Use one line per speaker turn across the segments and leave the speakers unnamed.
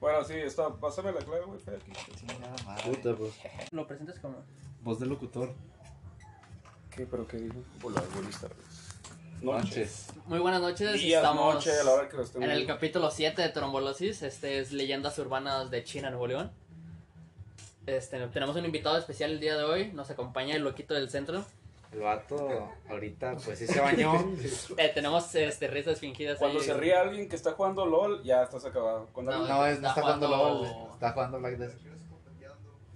Pero sí, está, pásame la clave, güey, espera aquí.
Chingada madre.
Puta, pues.
Lo presentas como.
Voz de locutor.
¿Qué, pero qué dijo? Hola, buenas tardes. Noches.
Noches.
Muy buenas noches.
Días,
Estamos
noche, a la hora que lo estén
en el
viendo.
capítulo 7 de Trombolosis. Este es Leyendas Urbanas de China, Nuevo León. Este, tenemos un invitado especial el día de hoy. Nos acompaña el loquito del centro.
El vato ahorita pues sí se bañó.
Eh, tenemos este, risas fingidas.
Cuando
ahí.
se ríe alguien que está jugando LOL, ya estás acabado. Cuando
No,
alguien-
No, es, no
Está
está jugando
jugando-
LOL, está jugando Black Desert.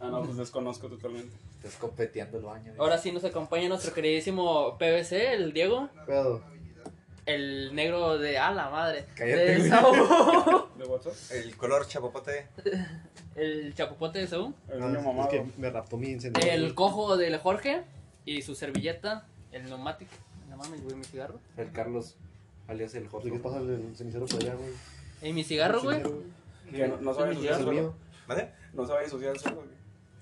Ah, no, pues desconozco totalmente.
Estás competiendo el baño. güey.
Ahora sí nos acompaña nuestro queridísimo PVC, el Diego.
¿Qué pedo?
El negro de. ¡Ah, la madre!
Cállate,
de
güey.
Saúl.
¿De WhatsApp?
El color chapopote.
El chapopote de Saúl.
El
Ah,
niño
es
mamado.
que me raptó mi encendedor.
El cojo del Jorge. Y su servilleta. El neumático. No mames, güey, mi cigarro.
El Carlos, alias el
Pues, ¿Qué
Joto. Ah,
pasa el cenicero por allá, güey?
¿Y mi cigarro, güey?
Cenicero,
Que no, no se vaya a
¿Es
ensuciar
el
solo.
mío?
¿Vale?
No se vaya a ensuciar solo. güey.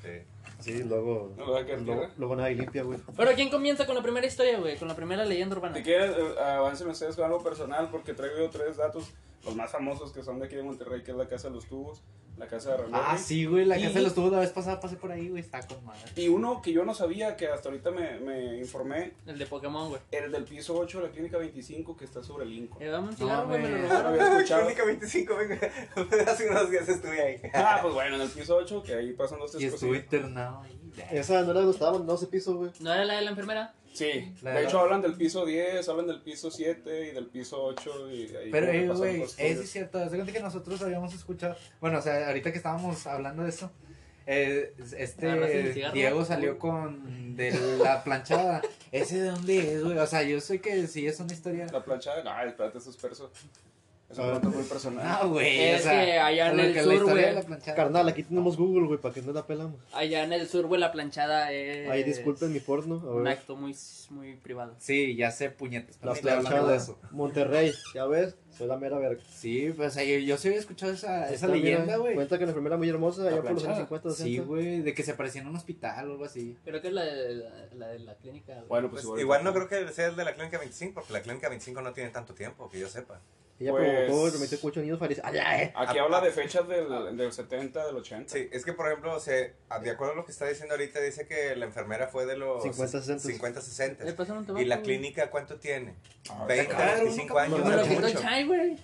Sí.
Sí, luego.
No lo va a quedar
Luego,
tierra.
luego nadie limpia, güey.
Pero ¿quién comienza con la primera historia, güey? Con la primera leyenda urbana.
Si quieren, eh, avancen ustedes con algo personal porque traigo yo tres datos, los más famosos que son de aquí de Monterrey, que es la Casa de los Tubos, la Casa de Ramón.
Ah, sí, güey, la
Y-
que se los tuvo la vez pasada, pasé por ahí, güey, está con madre.
Y uno que yo no sabía, que hasta ahorita me, me informé,
El de Pokémon, güey.
el del piso 8 de la Clínica 25 que está sobre el
Eh,
Lincoln.
dame un cigarro, güey, me lo
mames.
Ya lo
robaron.
había escuchado.
Crónica 25, venga. Hace unos días estuve ahí.
Ah, pues bueno, en el piso 8, que ahí pasan dos,
Y
tres
estuve
cosas.
internado ahí.
Esa no era donde estaba, no se piso, güey.
¿No era la de la enfermera?
Sí,
La
de
de
hecho
la-
hablan del piso 10, hablan del piso 7 y del piso 8 y ahí
Pero,
como que
eh,
pasaron
güey,
cosas
es
turbias.
cierto, es cuenta que nosotros habíamos escuchado, bueno, o sea, ahorita que estábamos hablando de eso, eh,
Ahora sí, el
este
cigarro.
Diego salió con de la planchada. ¿Ese de dónde es, güey? O sea, yo sé que sí es una historia.
La planchada, no, espérate, eso es perso. Es un
Ah.
dato muy personal.
No, güey,
Es
o sea,
que allá en
lo
el
que la
sur,
historia
güey.
de la planchada-
Carnal, aquí tenemos Google, güey, para que no la pelamos.
Allá en el sur, güey, la planchada es...
Eh,
Ahí disculpen mi porno. A
Un
ver.
acto muy, muy privado.
Sí, ya sé, puñetas.
La
no estoy hablando de
planchada.
eso.
Monterrey, ya ves, soy la mera verga.
Sí, pues, o sea, yo, yo sí había escuchado esa, esa
Esta, mira,
leyenda, güey.
Cuenta que la enfermera muy hermosa,
La
allá por los
planchada.
años 50, 60.
Sí, güey, de que se aparecía en un hospital o algo así.
Creo que es la de la, la de la clínica. güey.
Bueno, pues,
Pues, igual no creo que sea el de la Clínica 25, porque la Clínica 25 no tiene tanto tiempo, que yo sepa.
Ella
Pues-
provocó y le metió cuatro niños felices. ¡Ala, eh!
Aquí
Ah,
habla
ah,
de fechas del, del 70, del 80.
Sí, es que por ejemplo, o sea, de acuerdo a lo que está diciendo ahorita, dice que la enfermera fue de los
50, 60.
50, 60.
Eh, pásame un tabaco,
pues, ¿Y la
güey.
clínica cuánto tiene?
Ah,
20,
claro,
25
nunca
años.
Me lo
mucho.
quitó el chai, güey.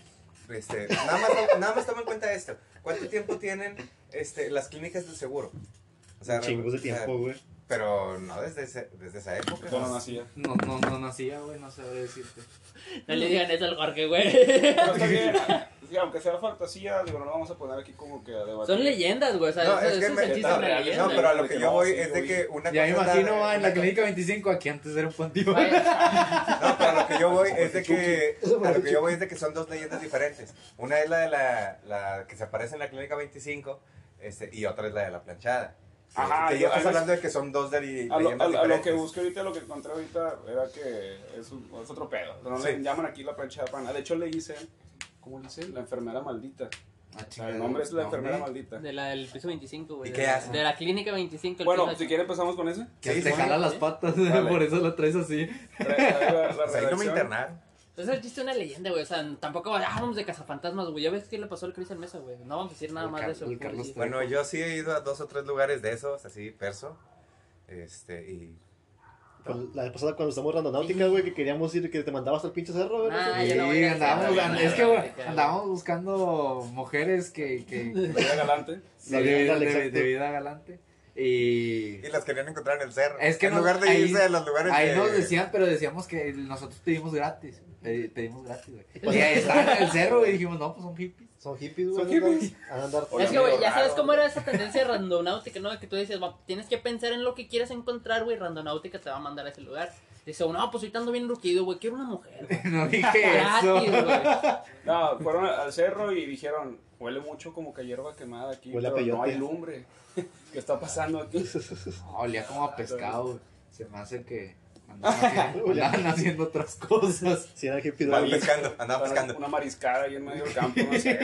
Este, nada, más, nada más toma en cuenta esto. ¿Cuánto tiempo tienen este, las clínicas del seguro? O
Chingos de
o sea,
tiempo, güey.
Pero no desde, ese- desde esa época.
Yo no nacía.
No, no, no nacía, güey, no sabría decirte.
No le digan eso al Jorge, güey.
Pero está bien, sí, aunque sea fantasía, digo, no lo vamos a poner aquí como que a debatir.
Son leyendas, güey. O sea,
No,
eso,
es que
eso
me-
es el chiste
no,
de la
real,
leyenda.
No, pero a lo que yo voy
Sí,
es de
yo
que una
Ya me
cosa es la-
imagino, va, en la
una-
clínica Ah, 25, aquí antes era un panteón.
Ay,
No, pero a lo que yo voy es de que a lo que yo voy es de que son dos leyendas diferentes. Una es la de la, la que se aparece en la clínica 25 este, y otra es la de la planchada.
Ajá,
que
yo-
ya estás
a ver,
hablando de que son dos de li-
A lo, a
leyendas
lo- a lo
diferentes.
que busqué ahorita, lo que encontré ahorita, era que es, un- es otro pedo. No le
Sí.
llaman aquí la plancha de pana. De hecho, le dicen, ¿cómo le dicen? La enfermera maldita.
Ah,
O sea, el
chingada,
nombre es la
¿dónde?
¿eh?
enfermera maldita.
De la del piso 25, güey.
¿Y
de
qué
la-
hace?
De la clínica 25. el
Bueno,
piso
si
ocho.
quieren empezamos con ese.
Que
Sí,
te
sí.
jala las patas, ¿eh?
Vale.
por eso la traes así.
Trae- trae la- la
O sea, Pues ahí no me
redacción.
internaron.
Es el chiste de una leyenda, güey. O sea, tampoco ah, vamos de cazafantasmas, güey. Ya ves qué le pasó al Cristian Mesa, güey. No vamos a decir nada
El
más
Car-
de eso.
el
güey.
Carlos
Sí.
Trejo.
Bueno, yo sí he ido a dos o tres lugares de esos, así, perso. Este, y.
Pues, la vez pasada cuando estamos randonáutica, güey, que queríamos ir, que te mandabas al pinche cerro, güey.
Ah,
Sí.
yo no voy
Sí,
a-
andábamos,
no, no,
es que
no,
güey,
no, no.
andábamos buscando mujeres que, que de,
Era galante.
La vida,
vida,
la
de,
exacto.
de vida galante. Y
Y las querían encontrar en el cerro.
Es que
en
no-
lugar de
ahí-
irse a los lugares
ahí
de-
nos decían, pero decíamos que nosotros pedimos gratis. pedi- pedimos gratis, güey. Y ahí estaba en el cerro y dijimos, no, pues son hippies.
Son hippies, güey.
Son hippies.
¿no? A andar
Oye,
es que, güey,
amigo,
ya sabes
raro,
cómo era esa tendencia randonáutica, ¿no? Que tú dices, va, tienes que pensar en lo que quieres encontrar, güey. Randonáutica te va a mandar a ese lugar. Dice, uno, no, pues ahorita ando bien ruquido, güey. Quiero una mujer, güey.
No dije eso.
Gratis, güey.
No, fueron al cerro y dijeron, huele mucho como que a hierba quemada aquí,
Huele a
pero no
peyote".
hay lumbre. ¿Qué está pasando aquí?
Olía como a pescado, güey. Se me hace que. Andaban haciendo, andaban haciendo otras cosas.
Si era hippie,
Andaba
era
Vale.
pescando, andaba pescando.
Una mariscada ahí en medio del campo, no sé.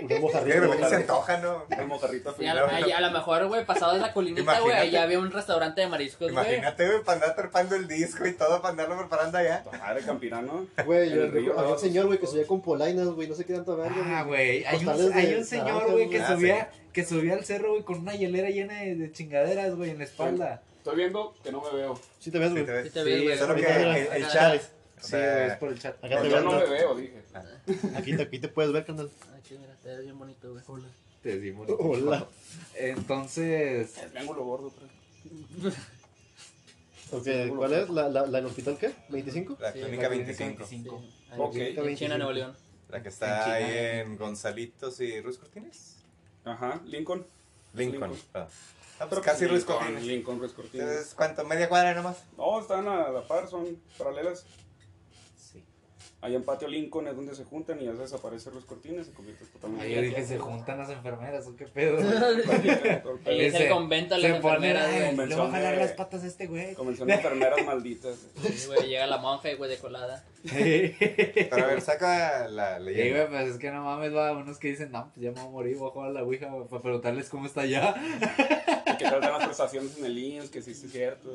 güey.
una
Y de repente se
mojarrita.
antoja, ¿no?
Pues,
Una mojarrita
Y
fría.
a, la- ay, a lo mejor, güey, pasado de la colinita, güey,
Imagínate.
ahí había un restaurante de mariscos, güey.
Imagínate, güey, para andar trepando el disco y todo, para andarlo preparando allá.
Tu madre campirano.
Güey, yo
En el río,
había
¿no?
un señor, güey, que subía con polainas, güey, no sé qué tanta verga.
Ah, güey. Hay
Costales
un, hay
de
un señor,
naranja,
güey, que
güey. Ah,
subía, que subía al cerro, güey, con una hielera llena de, de chingaderas, güey, en la espalda.
Estoy viendo que no me veo.
Sí te ves,
Sí,
güey.
te ves.
Sí te ves,
Sí,
güey.
Solo que
Ahorita
el,
era-
el
acá.
chat. o
Sí,
sea,
güey, es por el chat.
Acá te
Yo
ves,
no me
¿no?
veo, dije.
aquí, te- aquí te puedes ver, carnal.
Ay, chido, mira, Ah, te ves bien bonito, güey.
Te dimos.
Hola.
Entonces,
El triángulo gordo, creo.
Ok, ¿cuál es? ¿La, la, la del hospital qué? ¿25?
La
Sí,
clínica
la
25.
Sí.
25.
Ahí,
Ok.
En China, Nuevo León.
La que
En
está
China.
ahí en Gonzalitos y Ruiz Cortines.
Ajá, Lincoln.
Lincoln.
Lincoln.
perdón. Ah, pues casi Ruiz
Lincoln,
Cortines.
Lincoln, Ruiz Cortines.
Entonces, ¿cuánto? ¿Media cuadra nomás?
No, están a la par, son paralelas.
Sí.
Allá en Patio Lincoln es donde se juntan y ya se desaparecen los cortines y conviertes totalmente.
ahí yo dije, se juntan las enfermeras, ¿o qué pedo?
Ahí es
Ese-
el convento de las
Se ponen,
enfermeras,
"Ay,
güey.
le voy a jalar
Convención de-
las patas a este güey.
Comenzó en enfermeras malditas.
Sí, güey, llega la monja, y, güey, de colada.
Pero a ver, saca la
Y
leyenda.
güey, pues es que no mames, va, unos que dicen, no, pues ya me voy a morir, voy a jugar a la Ouija güey, para preguntarles cómo está allá.
Que tratan las prestaciones en el INS, que sí, sí es cierto.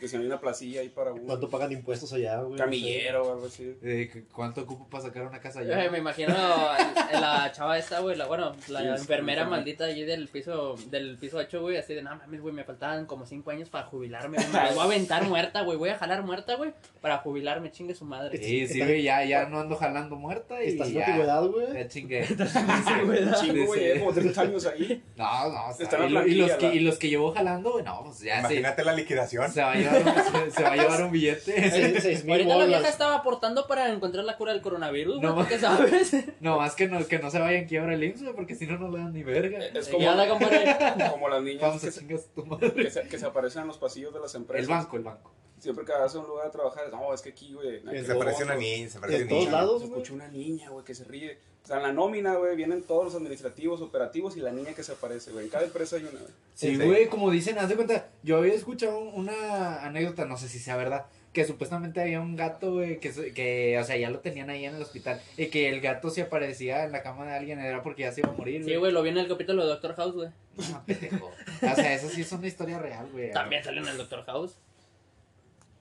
Que si no hay una placilla ahí para
¿Cuánto
un
pagan impuestos allá, güey?
camillero o algo así.
Eh, ¿cu- ¿Cuánto ocupo para sacar una casa
Ay,
allá?
me imagino a la chava esta, güey, la, bueno, la
Sí, es-
enfermera
sí.
maldita allí del piso, del piso 8, güey, así de, no mames, güey, me faltaban como 5 años para jubilarme, güey, me la voy a aventar muerta, güey, voy a jalar muerta, güey, para jubilarme, chingue su madre.
Sí, sí, güey, ya, ya no ando jalando muerta y
Estás en
ya,
antigüedad, güey.
ya chingué.
Chingo, güey,
Sí.
llevo como 30 años ahí.
No, no, o sea,
Está en la
y, lo- y los
plantilla,
que,
la-
y los que llevo jalando, güey, no, pues ya se,
Imagínate la liquidación.
se, va a llevar un, se, se va a llevar un billete.
Seis- seis mil
Ahorita la vieja
bolas.
estaba aportando para encontrar la cura del coronavirus, güey,
No
¿tú ¿qué sabes?
No, más que no, que no se vayan quiebra el IMSS, güey, porque si no, no le dan ni verga.
Es
Y anda,
como,
compadre,
como las niñas
Vamos
Eh, que
a
se,
chingar a tu madre.
que, se, que se aparecen en los pasillos de las empresas.
El banco, el banco.
Siempre que vas a un lugar a trabajar, no, es que aquí, güey. en
Se
aquel
aparece una
fondo,
niña, se
En
aparece un
todos
niño.
Se
lados, güey.
escuchó una niña, güey, que se ríe. O sea, en la nómina, güey, vienen todos los administrativos, operativos y la niña que se aparece, güey. En cada empresa hay una, güey.
Sí,
Sí, sí.
güey, como dicen, haz de cuenta, yo había escuchado un- una anécdota, no sé si sea verdad, que supuestamente había un gato, güey, que, su- que, o sea, ya lo tenían ahí en el hospital, y que el gato se aparecía en la cama de alguien, era porque ya se iba a morir,
Sí, güey, lo vi en el capítulo de Doctor House, güey.
No, pendejo. O sea, eso sí es una historia real, güey.
También salió en el Doctor House.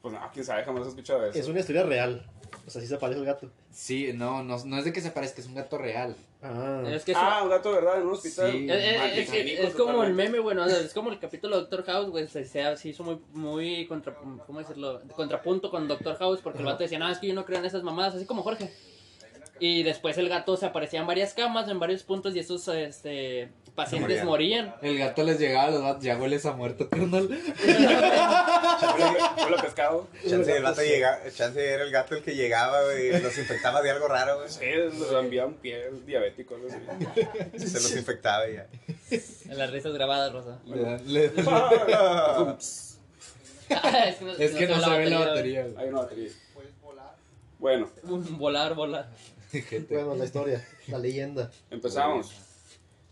Pues no, quién sabe, jamás he escuchado eso.
Es una historia real. O sea, sí se aparece el gato.
Sí, no, no, no es de que se parezca, es un gato real.
Ah.
Es que es-
Ah, un gato, ¿verdad? En un hospital.
Sí.
Eh, eh, Es, es-
Malditos,
es como el
totalmente.
meme, bueno, es como el capítulo de Doctor House, güey, se, se- se hizo muy, muy contra, ¿cómo decirlo? contrapunto con Doctor House, porque el vato decía, no, es que yo no creo en esas mamadas, así como Jorge. Y después el gato se aparecía en varias camas, en varios puntos, y esos este, pacientes
Se
morían.
El gato les llegaba a los gatos, ya hueles a muerto, carnal.
Huele- huele a pescado.
Chance, el vato llega- chance era el gato el que llegaba, güey, los infectaba de algo raro, güey.
Sí, lo envían pie diabético, algo así.
Se los infectaba y ya.
En las risas grabadas, Rosa.
Le dan- le-
es que no,
es que no se ve la batería, güey.
Hay una batería. Bueno,
güey. Volar, volar.
Gente,
Bueno, la historia, la leyenda.
empezamos.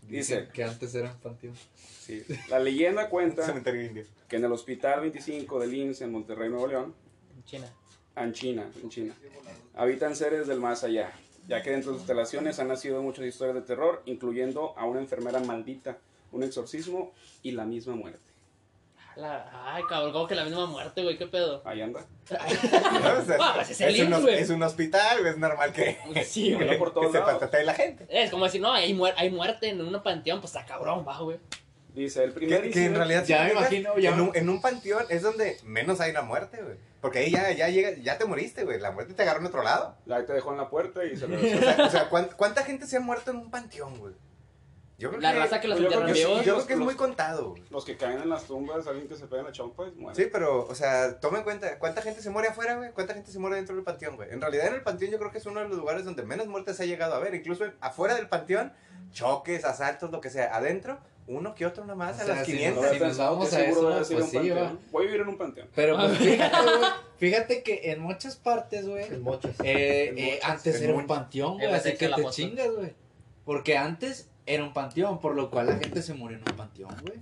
Dicen
Dice,
que antes eran panteón.
sí, la leyenda cuenta
Cementerio indio.
que en el hospital 25 del IMSS E en Monterrey, Nuevo León,
En China.
En China, en China. Habitan seres del más allá, ya que dentro de sus instalaciones han nacido muchas historias de terror, incluyendo a una enfermera maldita, un exorcismo y la misma muerte.
La- ay, cabrón, como que la misma muerte, güey, qué pedo.
Ahí anda.
No, o sea,
Ah, pues, es el
un,
IMSS,
hos-
güey.
es un hospital, güey, es normal que,
Sí, güey.
Bueno, por
que
todos
se
lados.
patatee la gente.
Es como decir, no, hay, muer- hay muerte en un panteón, pues está cabrón, va, güey.
Dice, el primer
Que, que en
incidente-
realidad
Ya
si
me
llegas
imagino, ya
en,
me-
un, en un panteón es donde menos hay una muerte, güey. Porque ahí ya, ya, llega, ya te moriste, güey. La muerte te agarró en otro lado.
La te dejó en la puerta y se lo
O sea, o sea, ¿cuán- ¿cuánta gente se ha muerto en un panteón, güey? Yo creo
La
que,
raza que los
yo creo
enterran
yo, sí,
vivos.
yo creo que es muy contado, güey.
Los que caen en las tumbas, alguien que se pega en la chompa pues, y muere.
Sí, pero, o sea, toma en cuenta, ¿cuánta gente se muere afuera, güey? ¿Cuánta gente se muere dentro del panteón, güey? En realidad, en el panteón yo creo que es uno de los lugares donde menos muertes se ha llegado a ver. Incluso en- afuera del panteón, choques, asaltos, lo que sea. Adentro, uno que otro nomás
O
a
sea,
las
sí,
500.
Ahora
Si nos
pensaba
vamos
que
a
seguro
eso,
debe ser
pues
un
sí,
panteón. Voy a vivir en un panteón.
Pero pues, fíjate, güey, fíjate que en muchas partes, güey,
El mochas.
eh,
En
eh,
muchas,
antes
en
era un
muchas.
panteón,
Eh,
güey,
güey,
así
te
que
echa la
te
foto.
chingas, güey. Porque antes era un panteón, por lo cual la gente se murió en un panteón, güey.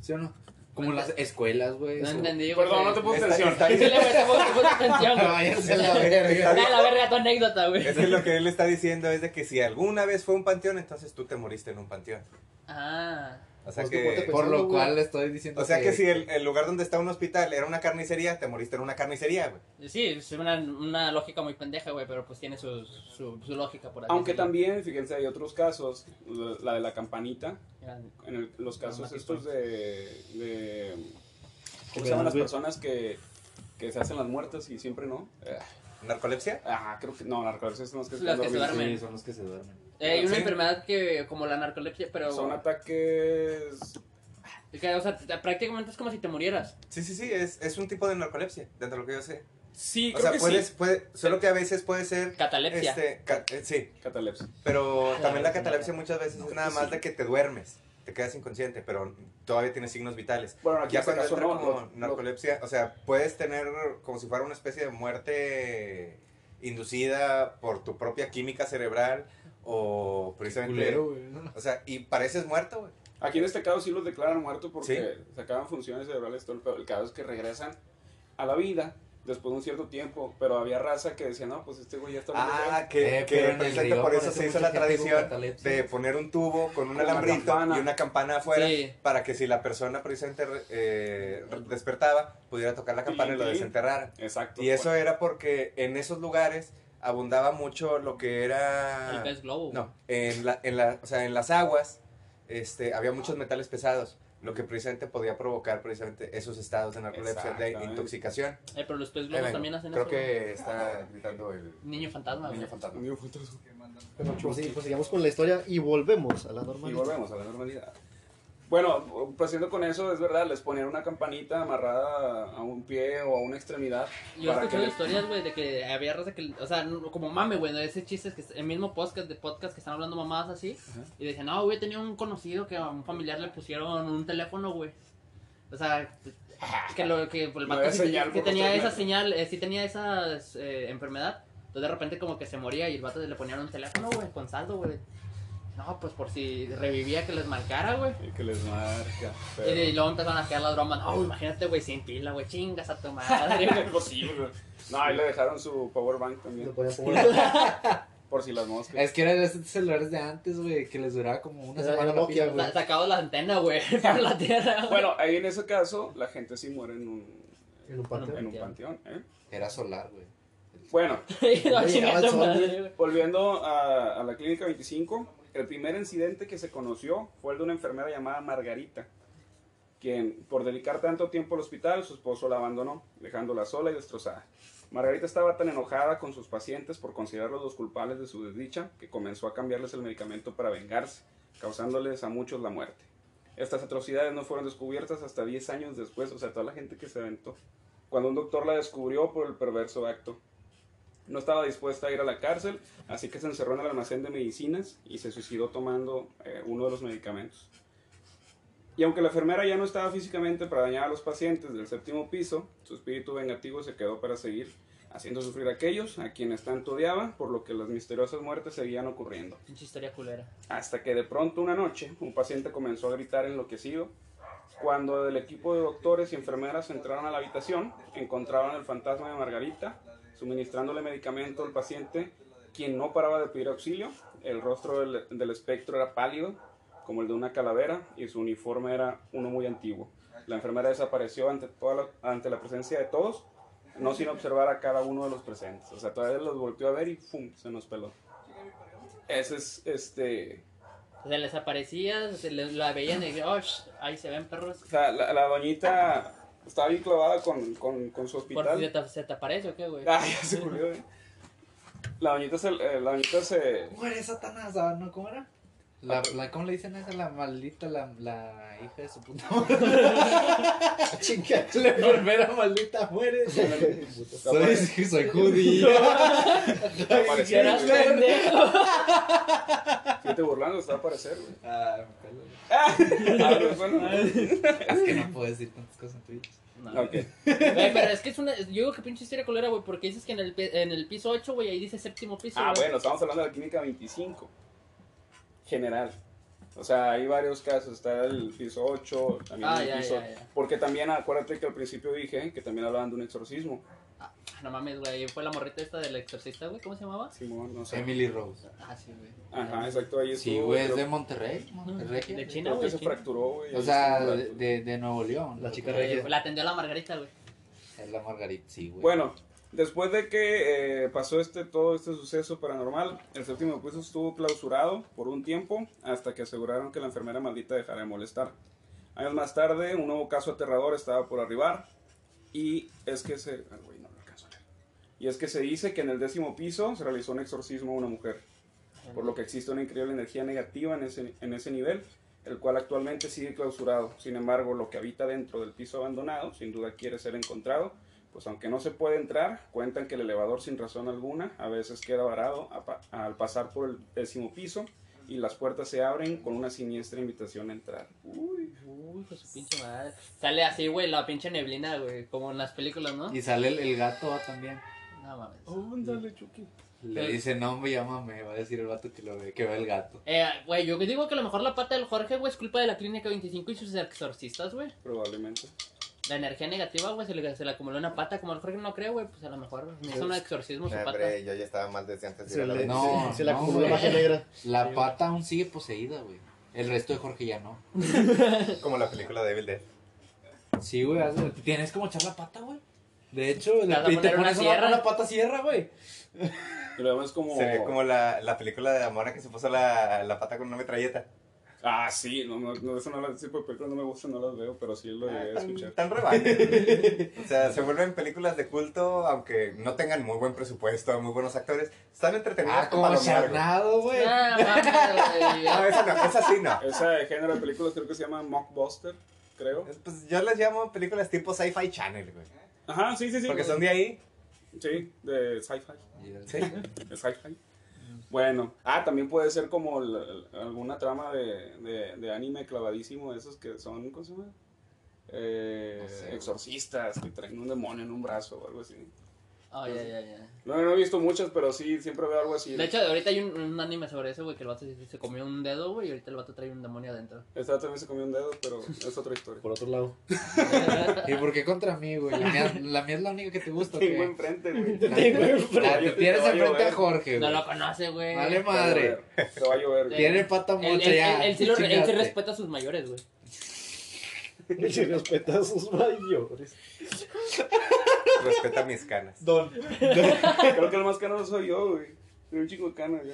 ¿Sí o no? Como las escuelas, güey.
No
eso.
entendí, güey.
Perdón, no te puse
Está-
atención.
está-
Sí, le voy a poner- poner atención, güey.
Váyanse a la verga.
Dale la verga tu anécdota, güey.
Es que lo que él está diciendo es de que si alguna vez fue un panteón, entonces tú te moriste en un panteón.
Ah.
O sea
Pues tú ponte
que...
Por lo
güey.
cual le estoy diciendo
O sea que si el, el lugar donde está un hospital era una carnicería, te moriste en una carnicería, güey.
Sí, es una, una lógica muy pendeja, güey, pero pues tiene su, su, su lógica por así
Aunque
decirlo.
también, fíjense, hay otros casos, la la de la campanita,
Eran-
en el- los casos
Dramático.
estos de, de- ¿Cómo se llaman las personas que, que se hacen las muertas y siempre no? Eh,
¿Narcolepsia?
Ah, creo que no, las recolecciones son las que,
Las que se
dormidas.
duermen.
son los que se duermen.
Eh, hay una
Sí.
enfermedad que, como la narcolepsia, pero...
Son ataques.
que, o sea, te- prácticamente es como si te murieras.
Sí, sí, sí, es, es un tipo de narcolepsia, dentro de lo que yo sé.
Sí,
O
creo
sea,
que
puedes,
sí.
puede, solo que a veces puede ser...
Catalepsia.
Este, ca- eh, sí,
Catalepsia.
pero también la
no,
catalepsia
no.
muchas veces
No,
es
creo
nada
que
más
sí.
de que te duermes, te quedas inconsciente, pero todavía tienes signos vitales.
Bueno, aquí
ya
en este
cuando
caso
entra
no.
como
no, no.
narcolepsia, o sea, puedes tener como si fuera una especie de muerte inducida por tu propia química cerebral o precisamente...
Culero, güey. Eh,
O sea, y pareces muerto, güey.
Aquí en este caso sí los declaran muertos porque se acaban funciones cerebrales todo el pedo. El caso es que regresan a la vida después de un cierto tiempo, pero había raza que decía, no, pues este güey ya está muerto".
Ah, que,
Eh,
que
pero en el
precisamente
río
por eso
aparece
se hizo
mucha
la
gente con
tradición
catalepsia.
de poner un tubo
Con
con un
una
alambrito
campana.
y una campana afuera
Sí.
para que si la persona precisamente re- eh, re- despertaba, pudiera tocar la campana y lo
Sí.
desenterrara.
Exacto.
Y eso era porque en esos lugares abundaba mucho lo que
El
era...
pez globo.
No, en, la, en, la, o sea, en las aguas este, había
Ah.
muchos metales pesados, lo que precisamente podía provocar precisamente esos estados de narcolepsia, de
Exactamente.
intoxicación.
Eh, pero los pez
Eh,
globos
vengo.
también hacen
Creo
eso. ¿no?
que está gritando el
Niño fantasma, güey.
niño fantasma.
Amigo fantasma.
Pues sí, pues sigamos con la historia y volvemos a la
Y
normalidad.
volvemos a la normalidad. Bueno, pasando con eso, es verdad, les ponían una campanita amarrada a un pie o a una extremidad.
Yo he
para que
escuchado
les-
historias, güey, de que había raza que, o sea, no- como mame, güey, ¿no? ese chiste es que el mismo podcast de podcast que están hablando mamadas así, y decían, no, güey, tenía un conocido que a un familiar le pusieron un teléfono, güey. O sea, que lo que el vato
había
sí-
señal por
que
los
tenía
tres
esa
metros.
señal, eh, sí tenía esa eh, enfermedad, entonces de repente como que se moría y el vato le ponían un teléfono, güey, con saldo, güey. No, pues por si revivía que les marcara, güey.
Y que les marca.
Y,
pero-
y luego empezaron a quedar las bromas. No, imagínate, güey, sin pila, güey, chingas a tu madre, güey.
Pues sí, güey. No, ahí le dejaron su power bank
Le
también,
ponía pobre-
por si las moscas.
Es que eran los celulares de antes, güey, que les duraba como una
Era-
semana
era
la
Nokia,
pila.
güey.
Sa- Sacado la antena, güey, por la tierra. güey.
Bueno, ahí en ese caso, la gente sí muere en un,
En un panteón.
en un panteón. ¿eh?
Era solar, güey.
Bueno,
Y la
Oye,
chingada
avanzó,
madre,
güey.
güey.
volviendo a, a la clínica 25, el primer incidente que se conoció fue el de una enfermera llamada Margarita, quien por dedicar tanto tiempo al hospital, su esposo la abandonó, dejándola sola y destrozada. Margarita estaba tan enojada con sus pacientes por considerarlos los culpables de su desdicha que comenzó a cambiarles el medicamento para vengarse, causándoles a muchos la muerte. Estas atrocidades no fueron descubiertas hasta 10 años después, o sea, toda la gente que se aventó, cuando un doctor la descubrió por el perverso acto. No estaba dispuesta a ir a la cárcel, así que se encerró en el almacén de medicinas y se suicidó tomando eh, uno de los medicamentos. Y aunque la enfermera ya no estaba físicamente para dañar a los pacientes del séptimo piso, su espíritu vengativo se quedó para seguir haciendo sufrir a aquellos a quienes tanto odiaba, por lo que las misteriosas muertes seguían ocurriendo.
Pinche historia culera.
Hasta que de pronto una noche un paciente comenzó a gritar enloquecido. Cuando el equipo de doctores y enfermeras entraron a la habitación, encontraron el fantasma de Margarita suministrándole medicamento al paciente, quien no paraba de pedir auxilio. El rostro del, del espectro era pálido, como el de una calavera, y su uniforme era uno muy antiguo. La enfermera desapareció ante, toda la, ante la presencia de todos, no sin observar a cada uno de los presentes. O sea, todavía los volteó a ver y ¡fum! se nos peló. Ese es este.
Se les aparecía, se les, la veían y oh, sh, ahí se ven perros.
O sea, la, la doñita estaba bien clavada con, con, con su
Por si se
hospital.
te, se te aparece o qué, güey.
Ah, ya se murió, eh. La doñita se. eh, la doñita se.
Muere Satanás, ah, ¿no? ¿Cómo era? La, la, ¿Cómo le dicen a esa? La maldita, la, la hija de su puta madre.
Chinga.
La enfermera maldita muere. Soy,
Apare-
soy judía.
apareció,
Si eras
güey.
pendejo.
Sí, te burlando, está a aparecer, güey.
Ah, me pelo.
Ah, pues, bueno.
es que no puedo decir tantas cosas en Twitch.
No.
Ok.
Güey, pero es que es una. Yo digo que pinche historia culera, güey, porque dices que en el, pi- en el piso 8, güey, ahí dice séptimo piso.
Ah,
güey.
bueno, estamos hablando de la química 25. General. O sea, hay varios casos. Está el piso 8, también
Ah,
el
ya,
piso.
ya, ya.
Porque también, acuérdate que al principio dije que también hablaban de un exorcismo.
Ah, No mames, güey. Fue la morrita esta del exorcista, güey. ¿Cómo se llamaba?
Simón, no sé.
Emily Rose.
Ah, sí, güey.
Ajá, Este, exacto, ahí
Sí,
estuvo,
güey, es
creo-
de Monterrey. Monterrey.
De China,
creo que
güey.
se
China.
fracturó, güey.
O
ahí
sea,
está.
de, de Nuevo León.
La chica
Eh,
regia.
La atendió la Margarita, güey.
Es la Margarita, sí, güey.
Bueno, después de que eh, pasó este todo este suceso paranormal, el séptimo piso estuvo clausurado por un tiempo hasta que aseguraron que la enfermera maldita dejara de molestar. Años más tarde, un nuevo caso aterrador estaba por arribar y es que se ah, güey, no lo alcanzo a leer. y es que se dice que en el décimo piso se realizó un exorcismo a una mujer, por lo que existe una increíble energía negativa en ese, en ese nivel, el cual actualmente sigue clausurado. Sin embargo, lo que habita dentro del piso abandonado, sin duda quiere ser encontrado pues aunque no se puede entrar, cuentan que el elevador sin razón alguna a veces queda varado a pa- al pasar por el décimo piso y las puertas se abren con una siniestra invitación a entrar. Uy,
Uy, pues su pinche madre. Sale así, güey, la pinche neblina, güey. Como en las películas, ¿no?
Y sale el, el gato ah, también.
No mames.
ándale, Chucky.
Le dice, no, me llámame. Va a decir el vato que lo ve, que ve el gato.
Eh, güey, yo digo que a lo mejor la pata del Jorge, güey, es culpa de la Clínica 25 y sus exorcistas, güey.
Probablemente.
La energía negativa, güey, se le, se le acumuló en la pata. Como el Jorge no cree, güey, pues a lo mejor me hizo un exorcismo su
No,
pata.
hombre, yo ya estaba mal desde antes de
Se
ir a la
le,
verga.
No,
se, se le
no,
acumuló
güey.
magia negra.
La
Sí,
pata aún sigue poseída, güey. El resto de Jorge ya no.
Como la película de Evil Dead.
Sí, güey. hazle- Tienes como echar la pata, güey. De hecho,
vas a
le, y te
poner una
pones una,
sierra.
una pata sierra, güey.
Y lo vemos como...
Se ve como la, la película de la mona que se puso la, la pata con una metralleta.
Ah, sí, no, no, no, eso no, las- ese tipo de películas no me gustan, no las veo, pero sí lo
Ah,
llegué a
Tan,
escuchar.
tan rebane. O sea, se vuelven películas de culto, aunque no tengan muy buen presupuesto, muy buenos actores. Están entretenidas
Ah,
con
como
palomear, güey.
charnado, güey.
Ah, mames, güey.
No, esa no, esa sí no.
Esa de género de películas creo que se llama Mockbuster, creo.
Es- Pues yo las llamo películas tipo Sci-Fi Channel, güey.
Ajá, sí, sí, sí.
Porque son de ahí.
Sí, de sci-fi.
Sí.
Es hi-fi. Bueno, ah, también puede ser como el- el- alguna trama de, de, de anime clavadísimo, de esos que son, ¿cómo se llama? Eh,
No sé, güey.
exorcistas que traen un demonio en un brazo o algo así.
Ay, ay, ay, ay.
No, no he visto muchas, pero sí, siempre veo algo así.
De hecho, ahorita hay un, un anime sobre eso, güey, que el vato se, se comió un dedo, güey, y ahorita el vato trae un demonio adentro.
Esta también se comió un dedo, pero es otra historia.
Por otro lado.
¿Y por qué contra mí, güey? La mía, la mía es la única que te gusta,
Tengo
güey.
enfrente, güey.
La, la-
Te
la- tienes
va a llover.
enfrente a Jorge,
No
güey.
lo conoce, güey.
Vale
Él-
madre.
Se va a llover, güey.
Tiene pata
Él,
mocha
él-
ya.
él sí lo- él sí
chingaste.
respeta a sus mayores, güey.
Se respeta a sus mayores.
Respeta mis canas.
Don.
Creo que el más caro soy yo, güey. Soy un chico cana, güey.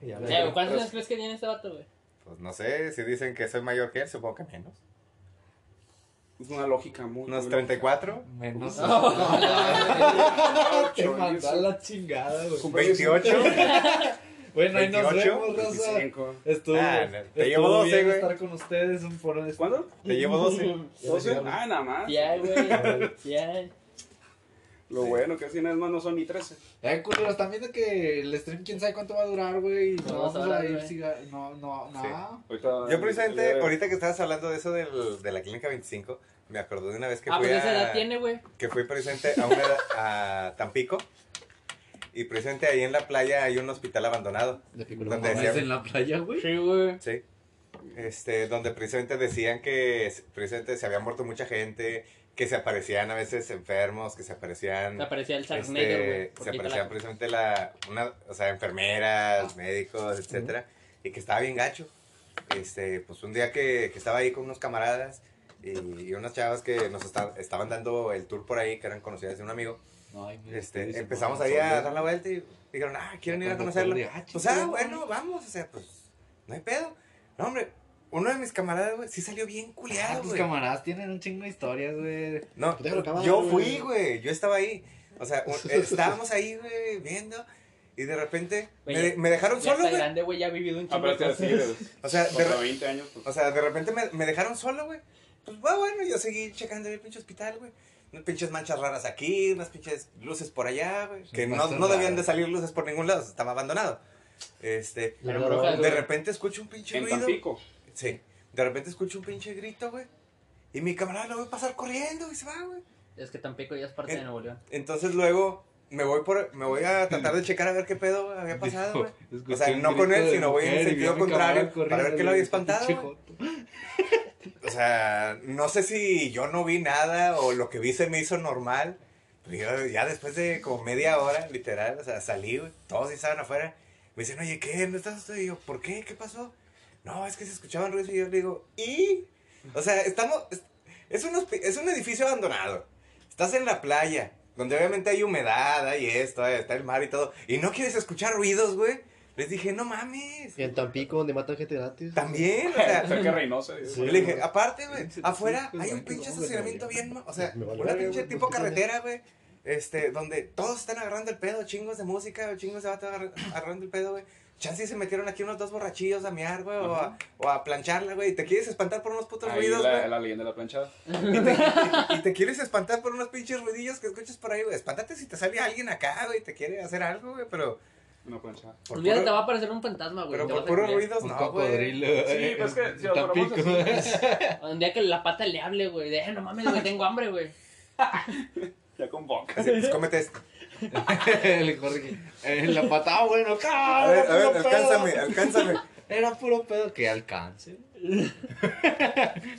Ya,
Eh, güey,
güey.
¿Cuántos años crees que tiene este vato, güey?
Pues no sé, si dicen que soy mayor que él, supongo que menos.
Es una lógica muy...
Unos
Unos
34,
Menos. Te mandó a
38,
la chingada, güey.
28.
Bueno, ahí nos
28,
vemos, raza.
25.
Estuvo,
Ah, no, te
estuvo
llevo 12,
bien
güey.
estar con ustedes un foro de...
¿Cuándo?
Te llevo 12.
¿12? Ah, nada más.
Ya, güey. Ya.
Lo bueno que así nada más no son ni 13.
Eh, culeros, están viendo que el stream quién sabe cuánto va a durar, güey. y No
Dos
vamos a
horas,
ir
güey.
siga- No, no, no.
Sí.
Ahorita-
Yo precisamente,
ya-
ahorita que estabas hablando de eso del- de la clínica 25, me acordé de una vez que
Ah,
fui
pues
a...
esa edad tiene, güey.
que fui presente a, una, a Tampico y presente ahí en la playa hay un hospital abandonado,
De
No te
mames
decía.
en la playa, güey.
Sí, güey.
¿sí? Este, donde precisamente decían que s- precisamente se había muerto mucha gente, que se aparecían a veces enfermos, que se aparecían...
Se aparecía el Zack
este,
Snyder, güey.
se
porque
aparecían
la-
precisamente la, una, o sea, enfermeras, médicos, etcétera, y que estaba bien gacho. Este, pues un día que, que estaba ahí con unos camaradas y, y unas chavas que nos esta- estaban dando el tour por ahí, que eran conocidas de un amigo,
No, ay, me-
Este,
dice,
empezamos
no,
ahí a
solo-
dar la vuelta y dijeron, ah, quieren ir a
Cuando
conocerlo.
fue de gacho,
Pues, ah,
güey.
bueno, vamos, o sea, pues, no hay pedo. No, hombre, uno de mis camaradas, güey, sí salió bien
Ah,
culiado,
tus
güey.
camaradas tienen un chingo de historias, güey.
No,
Déjalo acabar,
yo
güey.
fui, güey, yo estaba ahí. O sea, un- eh, estábamos ahí, güey, viendo, y de repente me,
Güey,
me dejaron
Ya
solo,
está
güey.
grande, güey, ya ha vivido un
Ah,
chingo
pero
de
te así,
cosas.
de-
O sea, de,
contra
re-
20 años. pues.
o sea, de repente me, me dejaron solo, güey. Pues, va, bueno, yo seguí checando el pinche hospital, güey. Unas pinches manchas raras aquí, unas pinches luces por allá, güey. Que no,
pastor
no debían
raro.
de salir luces por ningún lado, estaba abandonado. Este,
Pero
No,
brujas,
De
güey.
repente escucho un pinche
en
ruido.
Tampico.
Sí. De repente escucho un pinche grito, güey. Y mi camarada lo ve pasar corriendo y se va, güey.
Es que Tampico ya es parte de Nuevo León.
Entonces luego me voy por me voy a tratar de checar a ver qué pedo güey, había pasado, güey.
Escuché
O sea,
un
no con
grito
él,
de
sino voy en
mujer y vi
sentido
a mi camarada
contrario
corriendo
para ver qué
y dije,
lo había espantado.
"Pinche
güey".
joto".
O sea, no sé si yo no vi nada o lo que vi se me hizo normal. Pero yo ya después de como media hora, literal, o sea, salí, güey, todos sí estaban afuera. Me dicen, oye, ¿qué? ¿Dónde estás tú? Y yo, ¿por qué? ¿Qué pasó? No, es que se escuchaban ruidos y yo le digo, ¿y? O sea, estamos, es- es un, hospi- es un edificio abandonado. Estás en la playa, donde obviamente hay humedad, hay esto, está el mar y todo. Y no quieres escuchar ruidos, güey. Les dije, no mames.
Y en Tampico, donde matan gente gratis.
También, o sea,
Cerca de Reynosa.
Sí.
yo le dije, aparte, güey,
Sí, sí,
afuera
sí,
hay
sí,
un pinche
sí,
estacionamiento bien, ma- o sea,
Me vale
una
verga,
pinche
güey,
tipo
no estoy
carretera, güey, este, donde todos están agarrando el pedo, chingos de música, chingos de vato agarra- agarrando el pedo, güey. Chance y se metieron aquí unos dos borrachillos a mear, güey, o a, o a plancharla, güey, y te quieres espantar por unos putos
Ahí
ruidos,
la,
güey.
la leyenda de la planchada.
Y, te- y- y te quieres espantar por unos pinches ruidillos que escuchas por ahí, güey. Espántate si te sale alguien acá, güey, y te quiere hacer algo, güey, pero...
Una planchada.
por
Un día
puro-
te va a aparecer un fantasma, güey.
Pero
te
por
vas a
puros
culiar.
ruidos,
Un
pues no, güey.
cocodrilo.
Sí, pues es que si lo ponemos
pues.
Tampico.
Un día que la pata le hable, güey. De, "Eh, no mames, güey, tengo hambre, güey.
Ya con boca.
Así, pues cómete esto.
El Jorge. eh, la patada, bueno,
A
¡ah!
ver,
era
a ver,
puro pedo.
alcánzame, alcánzame.
Era puro pedo que alcance.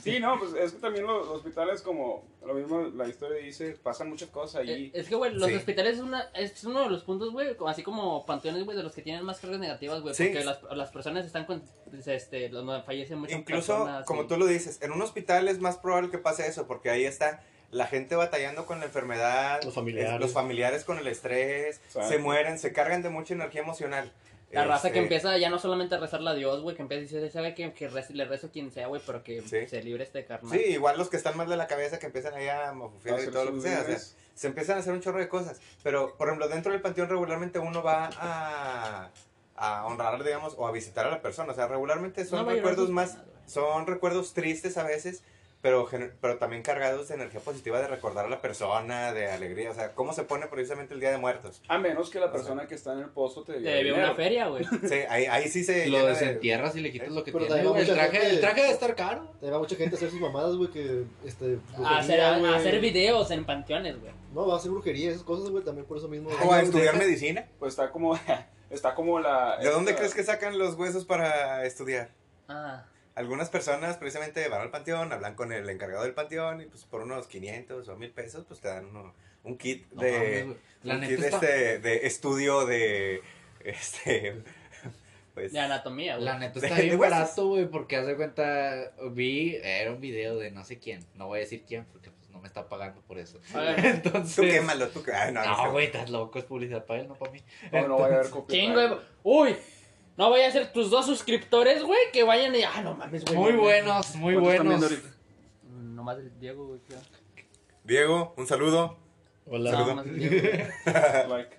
Sí, no, pues es que también los, los hospitales, como lo mismo la historia dice, pasan muchas cosas
Eh,
ahí.
Es que, güey, los
Sí.
hospitales es, una, es uno de los puntos, güey, como- así como panteones, güey, de los que tienen más cargas negativas, güey,
Sí.
porque las, las personas están con, pues, este, donde fallecen muchas
Incluso,
personas.
como
y-
tú lo dices, en un hospital es más probable que pase eso, porque ahí está la gente batallando con la enfermedad,
Los familiares.
es- los familiares con el estrés,
Exacto.
se mueren, se cargan de mucha energía emocional.
La raza que
Este,
empieza ya no solamente a rezarle a Dios, güey, que empieza a decir, sabe que, que rece- le rezo quien sea, güey, pero que
Sí.
se libre este carnal.
Sí, igual los que están mal de la cabeza que empiezan ahí a mafufear y
Hacer
todo lo que
sus
sea. o sea,
vidas.
se empiezan a hacer un chorro de cosas. Pero, por ejemplo, dentro del panteón regularmente uno va a, a honrar, digamos, o a visitar a la persona. O sea, regularmente
No,
son
güey,
recuerdos
no,
más,
no, no, no.
son recuerdos tristes a veces, pero, gener- pero también cargados de energía positiva, de recordar a la persona, de alegría. O sea, cómo se pone precisamente el Día de Muertos.
A menos que la persona que está en el pozo
Eh,
te
Te
debió
debió Eh, una
dinero.
feria, güey.
Sí, ahí, ahí sí se...
Lo
llena de-
desentierras y le quitas lo que
Pero
tiene,
también
güey. El
mucha
traje,
gente-
el traje debe estar caro.
También va mucha gente a hacer sus mamadas, güey, que, este...
A hacer, a-
brujería,
a
güey.
hacer videos en panteones, güey.
No, va a hacer brujería, esas cosas, güey, también por eso mismo.
O a estudiar medicina.
Pues está como, está como la...
¿De dónde
esta-
crees que sacan los huesos para estudiar?
Ah,
Algunas personas precisamente van al panteón, hablan con el encargado del panteón y pues por unos 500 o 1000 pesos pues te dan uno- un kit
No
de,
mames, güey. La
un
neta
kit de
está-
este, de estudio de este pues
de anatomía, güey.
La neta está
De- de
bien
huesos.
barato, güey, porque haz de cuenta, vi, era un video de no sé quién, no voy a decir quién, porque pues, no me está pagando por eso.
A ver,
tú
Entonces,
quémalo, tú qué- ah, no, no sé.
no, güey, estás loco, es publicidad para él, no para mí.
No, no va a haber copyright.
chingo de- Uy, no voy a ser tus dos suscriptores, güey, que vayan y... Ah, no mames, güey.
Muy
no,
buenos, muy
¿Cuántos están
buenos.
viendo ahorita?
no, No más el Diego, güey. creo.
Diego, un saludo.
Hola.
No, más el Diego. güey.
Like.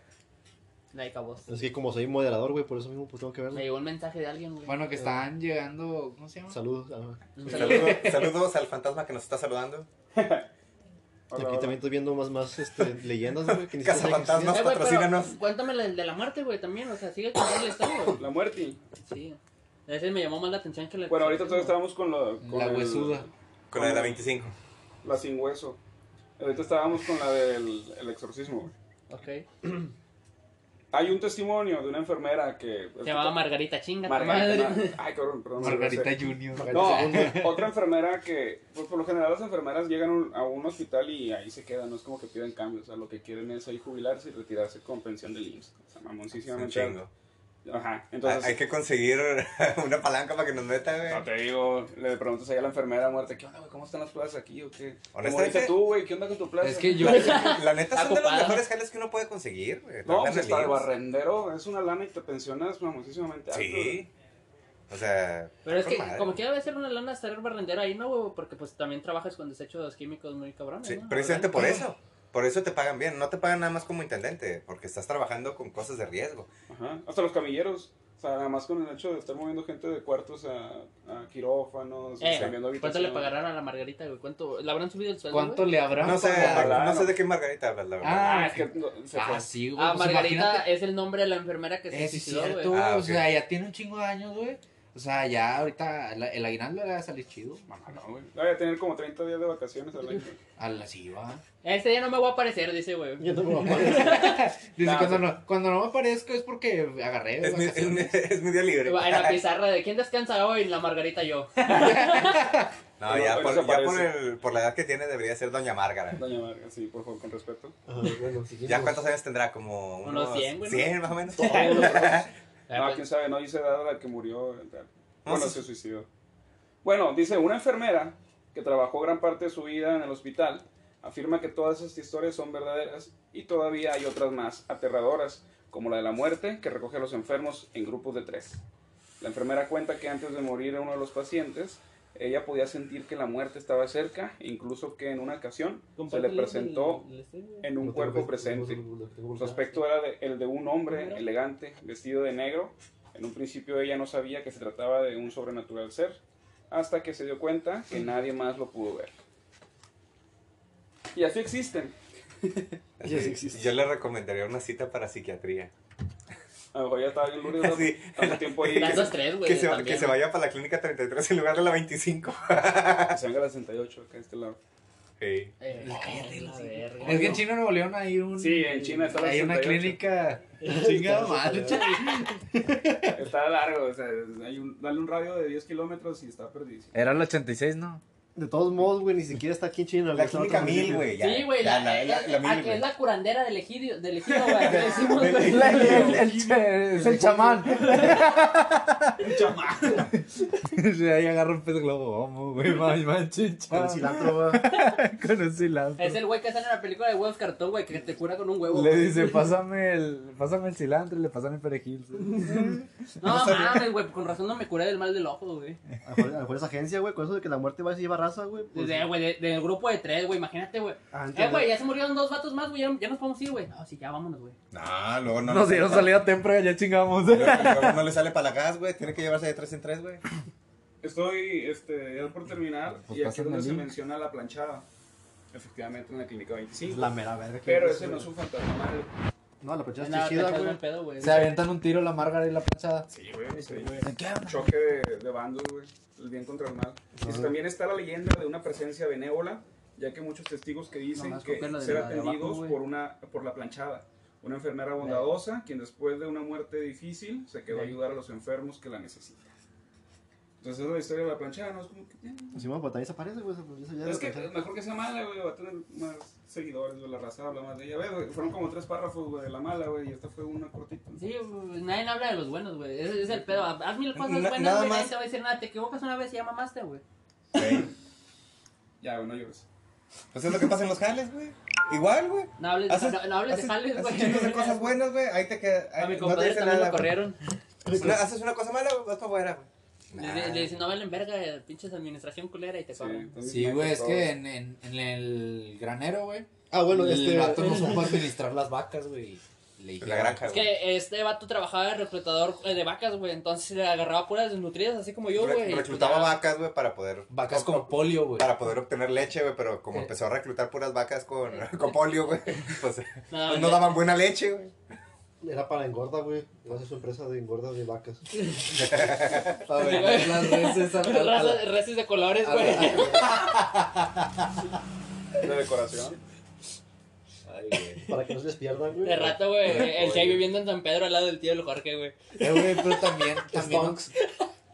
Like a vos.
Es que como soy moderador, güey, por eso mismo pues tengo que verlo.
Me llegó un mensaje de alguien, güey.
Bueno, que están llegando, ¿cómo se llama?
Saludos. ah.
Un saludo.
Saludo- Pues saludos al fantasma que nos está saludando.
Y
Hola,
aquí
hola.
también estoy viendo más, más este, leyendas, güey. que ni
Casa
siquiera
fantasma.
existían.
Eh, güey, pero
patrocínanos.
Cuéntame el de la muerte, güey, también. O sea, sigue con el estado,
La muerte.
Sí. Ese me llamó más la atención que la.
Bueno, ahorita todavía estábamos con, lo- con
La
el-
huesuda.
Con la de la 25.
La sin hueso. Ahorita estábamos con la del el exorcismo. güey.
Ok.
Hay un testimonio de una enfermera que...
Se llamaba Margarita Chinga. tu
Margarita.
madre.
Ay, cabrón, perdón.
Margarita Junior.
No, otra enfermera que, pues por lo general las enfermeras llegan un- a un hospital y ahí se quedan, no es como que piden cambios, o sea, lo que quieren es ahí jubilarse y retirarse con pensión del IMSS. O sea,
Es Ah, un
mamoncísimamente.
chingo.
Ajá,
Hay
entonces,
hay que conseguir una palanca para que nos meta,
no
güey.
te digo, le preguntas ahí a la enfermera muerta, ¿qué onda, güey? ¿Cómo están las plazas aquí o qué? ¿Cómo
Honestamente-
dices tú, güey? ¿Qué onda con tu plaza?
Es que yo,
La, la neta son de los
Ocupada.
mejores jales que uno puede conseguir, güey.
No,
Trabajar
pues
en
está de
libros.
barrendero, es una lana y te pensionas mamoncísimamente alto, güey.
Sí. O sea.
Pero es
con
que,
madre.
como que debe ser una lana estar barrendero ahí, ¿no, güey? Porque pues también trabajas con desechos químicos muy cabrones.
Sí,
¿no?
precisamente por
Orgánicos.
eso. Por eso te pagan bien. No te pagan nada más como intendente, porque estás trabajando con cosas de riesgo.
Ajá, hasta los camilleros. O sea, nada más con el hecho de estar moviendo gente de cuartos a, a quirófanos,
Eh,
cambiando
¿Cuánto
habitación.
le pagarán a la Margarita, güey? ¿Cuánto? ¿Le habrán subido el sueldo?
¿cuánto
güey?
le habrán
No sé,
pagado?
ojalá,
no sé
no.
de qué Margarita hablas, la verdad.
Ah,
Ah, es que no, se fue.
Ah, sí, güey.
Ah,
pues
Margarita
imagínate.
es el nombre de la enfermera que se
Eh, sí,
suicidó,
cierto,
güey.
Ah,
o
ok.
sea, ya tiene un chingo de años, güey. O sea, ya ahorita la- el aguinaldo le va a salir chido.
Ah,
Mamá,
no, güey. Voy a tener como 30 días de vacaciones al año.
a la sí va.
Este día no me voy a aparecer, dice, güey.
Yo no me voy a poner.
Dice,
No,
cuando,
sí.
no, cuando no me aparezco es porque agarré
Es mi, es mi-
vacaciones.
es mi día libre.
En la pizarra de quién descansa hoy, la Margarita yo.
No,
Pero
ya,
hoy
por,
se
ya por,
aparece.
el- por la edad que tiene debería ser Doña Márgara.
Doña Vargas, sí, por favor, con respeto.
Ajá, bueno, siguiendo.
¿Ya cuántos años tendrá? Como
Unos
unos
100, güey, ¿no?
100 más o menos.
Ah,
No,
pues,
quién sabe, no dice edad a la que murió. tal.
Ah,
Bueno,
sí.
se suicidó. Bueno, dice, una enfermera que trabajó gran parte de su vida en el hospital afirma que todas estas historias son verdaderas y todavía hay otras más aterradoras, como la de la muerte, que recoge a los enfermos en grupos de tres. La enfermera cuenta que antes de morir uno de los pacientes, ella podía sentir que la muerte estaba cerca, e incluso que en una ocasión se le presentó en un
No tengo
cuerpo
Facebook,
presente.
no tengo- no tengo
Su aspecto era de- el de un hombre elegante, vestido de negro. En un principio ella no sabía que se trataba de un sobrenatural ser, hasta que se dio cuenta que nadie más lo pudo ver. Y así existen.
Ya sí existe.
Yo le recomendaría una cita para psiquiatría.
A lo mejor ya estaba bien lúdico
Sí.
tanto tiempo ahí
Las
que
dos, tres, güey.
Que se,
también.
que se vaya para la clínica 33 en lugar de la 25.
se venga la 68 acá de este lado.
Sí.
Eh, cállate, la verga.
Es que en China Nuevo León hay un.
Sí, en China está la
Hay una
68.
clínica. Chingada madre.
Está largo, o sea, hay un- dale un radio de 10 kilómetros y está perdidísimo.
Era el 86, ¿no?
De todos modos, güey, ni siquiera está aquí en China.
La
güey, está en
clínica
otro
1000,
municipio.
güey. ya.
Sí, güey,
Ya,
la, la,
la
ah, que es
1000,
la curandera del ejido, del ejido, güey. así le decimos,
Del
güey.
ejido. La- el-
es el chamán.
Un chamán.
Ahí agarra un pez globo, vamos, güey, más, más chicha.
Con
Ah.
cilantro, va.
Con un cilantro.
Es el güey que sale en la película de huevos cartón, güey, que te cura con un huevo.
Le
güey.
dice, pásame el, pásame el cilantro y le pasan el perejil.
No mames, güey, con razón no me curé del mal del ojo, güey.
A lo mejor- a lo mejor esa agencia, güey, con eso de que la muerte va a llevar raza, güey. pues-
Desde, güey, de- del grupo de tres, güey, imagínate, güey.
Ah,
Eh,
entiendo.
güey, ya se murieron dos vatos más, güey, ya, ya nos podemos ir, güey. No, sí, ya vámonos, güey.
No, luego no.
Nos dieron salida temprana, ya chingamos.
Luego luego no le sale para la gas, güey. Tiene que llevarse de 3 en 3, güey.
Estoy este, ya por terminar
Pues
y aquí es
pásame
donde
el
se
link.
menciona la planchada. Efectivamente en la clínica
Es
25.
la mera verga. que
Pero
es,
ese
güey.
no es un fantasma madre.
No, la planchada
Nada,
está chida,
cachas,
güey.
buen pedo, güey.
Se avientan un tiro la márgara y la planchada.
Sí, güey. sí.
¿En qué onda?
Choque de, de bandos, güey. El bien contra el mal. Dice, también está la leyenda de una presencia benévola, ya que muchos testigos que dicen
Nomás
que
coge la de
ser
la de abajo,
atendidos
güey.
por, una, por la planchada. Una enfermera bondadosa, quien después de una muerte difícil se quedó a
Ey.
ayudar a los enfermos que la necesitan. Entonces es la historia de la planchada, ¿no? Es como que...
Sí, bueno, pues también se aparece, güey. esa- esa ya
Es
es
que
la planchada.
mejor que sea mala, güey, va a tener más seguidores, güey, la raza habla más de ella. Ve, güey, fueron como tres párrafos, güey, de la mala, güey, y esta fue una cortita.
Sí, güey, nadie habla de los buenos, güey. Ese es el pedo. Haz mil cosas
Na-
buenas,
nada
güey. Nadie
más.
te va a decir nada. Te equivocas una vez y ya mamaste, güey.
Güey.
Ya, güey, no llores.
Pues es lo que pasa en los jales, güey. Igual, güey.
No hables,
Haces-
no, no hables
haces-
de jales,
haces
güey.
chingos de cosas buenas, güey. Ahí te queda.
A
ahí-
mi
no te
compadre
dice
también lo
nada, güey.
corrieron.
Una- haces una cosa mala, güey, vas para afuera, güey.
Le,
Nah.
le, le dicen, no valen verga, eh, pinches administración culera y te corren.
entonces,
Sí,
no,
güey, es
todo.
que en, en, en el granero, güey.
Ah, bueno, este.
El vato no
eh,
supo administrar las vacas, güey. Le dije,
La granja,
Es
güey.
que este vato trabajaba de reclutador eh, de vacas, güey. Entonces le agarraba puras desnutridas, así como yo,
Re-
güey. y
reclutaba
pues ya-
vacas, güey, para poder.
Vacas
o-
con polio, güey.
Para poder obtener leche, güey, pero como
Eh.
empezó a reclutar puras vacas con, con polio, güey, pues,
Nada,
pues no daban buena leche, güey.
Era para engorda, güey. Va a ser su empresa de engorda de vacas.
Para vender las reses a la- a la-
Razas- Razas de colores,
a la-
güey.
La decoración.
Ay, güey.
Para que no se les pierdan, güey.
De rato, güey. El Jay viviendo en San Pedro al lado del tío del Jorge, güey.
Eh, güey, pero también, también,
Stonks.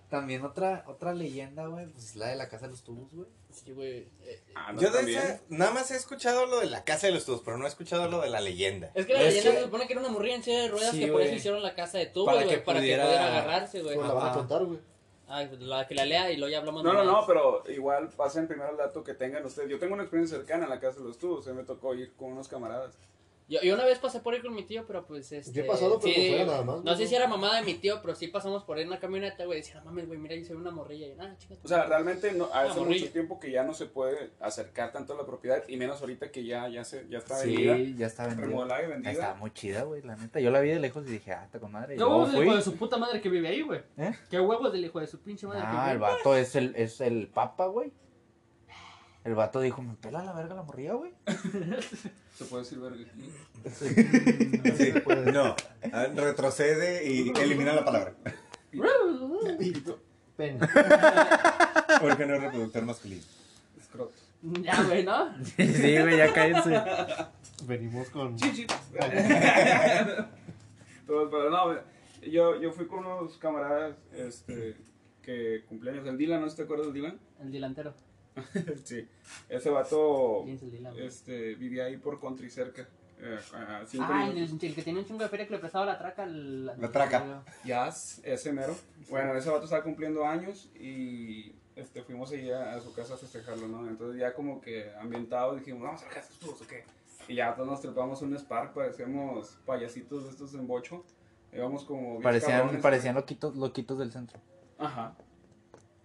también otra, otra leyenda, güey, pues es la de la casa de los tubos, güey.
Sí, güey. Eh,
Ah, no,
Yo de
también.
esa, nada más he escuchado lo de la casa de los tubos, pero no he escuchado lo de la leyenda.
Es que la
Es
leyenda
que-
se supone que era una murría en silla de ruedas
Sí,
que por eso
güey.
hicieron la casa de tubos,
Para
güey.
que
para
pudiera-
que pudiera agarrarse, güey.
Pues la van a
Ajá.
contar, güey.
Ah, la que la lea y luego ya hablamos
No, no,
más.
no, pero igual pasen primero el dato que tengan ustedes. Yo tengo una experiencia cercana a la casa de los tubos. eh, Me tocó ir con unos camaradas.
Yo, yo una vez pasé por ahí con mi tío, pero pues este.
Yo he pasado, pero por fuera nada más,
No
güey.
sé si era mamada de mi tío, pero sí pasamos por ahí en una camioneta, güey. Decía, no mames, güey, mira, yo soy una morrilla. Y "Ah, nada, chicas.
O sea, realmente no, hace mucho
morrilla.
tiempo que ya no se puede acercar tanto a la propiedad y menos ahorita que ya, ya, se, ya está vendida.
Sí, ya está vendida.
Remodelada y
Estaba
vendida.
muy chida, güey, la neta. Yo la vi de lejos y dije, ah, está con madre. Y
¿Qué
luego
huevos del hijo de
fui.
su puta madre que vive ahí, güey?
¿Eh?
¿Qué huevos del hijo de su pinche madre que
Ah,
vive
el vato es el, es el papa, güey. El vato dijo, me pela la verga la morría, güey.
Se puede decir verga.
Sí, ah, no, retrocede y elimina la palabra.
ahí?
Pito.
Pene.
Órgano reproductor masculino.
Escroto.
Ya, güey, ¿no?
Sí, güey, ya cállense.
Venimos con.
Chichis. Todos, pero no, yo, yo fui con unos camaradas este, que cumpleaños. El Dylan, ¿no te acuerdas del Dylan?
El delantero.
sí. Ese vato
¿Quién es el Dylan, güey?
este, vivía ahí por Country cerca. eh, a cinco
Ah, el,
minutos.
el que tiene un chingo de feria que le prestaba la traca. al-
La traca.
Jazz, ese mero. Bueno, ese vato estaba cumpliendo años y este, fuimos ahí a, a su casa a festejarlo, ¿no? Entonces ya como que ambientados dijimos, vamos a ver estos tubos o qué. Y ya todos nos trepamos un spark, parecíamos payasitos de estos en bocho. Íbamos como... bien
Parecían,
cabrones.
parecían loquitos, loquitos del centro.
Ajá.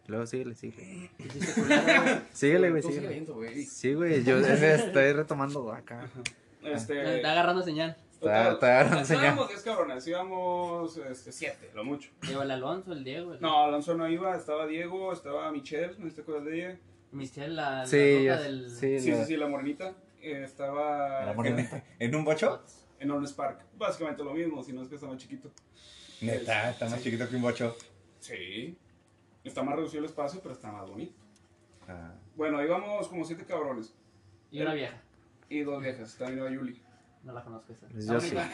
Luego síguele, síguele.
Sí, sí, sí, culero, güey.
Síguele, güey,
Tú sigue
síguele.
viendo, güey.
Sí, güey, yo estoy retomando acá.
Me
Este...
Ah, Está agarrando señal.
Está- está agarrando señal.
Estábamos 10 cabrones, íbamos este, siete, lo mucho.
Lleva el Alonso, el Diego. El...
No, Alonso no iba, estaba Diego, estaba Michelle, ¿no te acuerdas de ella?
Michelle, la, la
Sí,
roca
ya-
del.
sí,
Sí,
la-
sí, sí, la morenita. eh, estaba
La morenita.
¿En, en un bocho?
en Honest Park. Básicamente lo mismo, si no es que está más chiquito.
Neta, está más chiquito que un bocho.
Sí. Está más reducido el espacio, pero está más bonito.
Ah.
Bueno, íbamos como siete cabrones.
Y una vieja.
Y dos viejas. También iba Yuli.
No la conozco esa.
Yo
¿Está
sí.
bonita?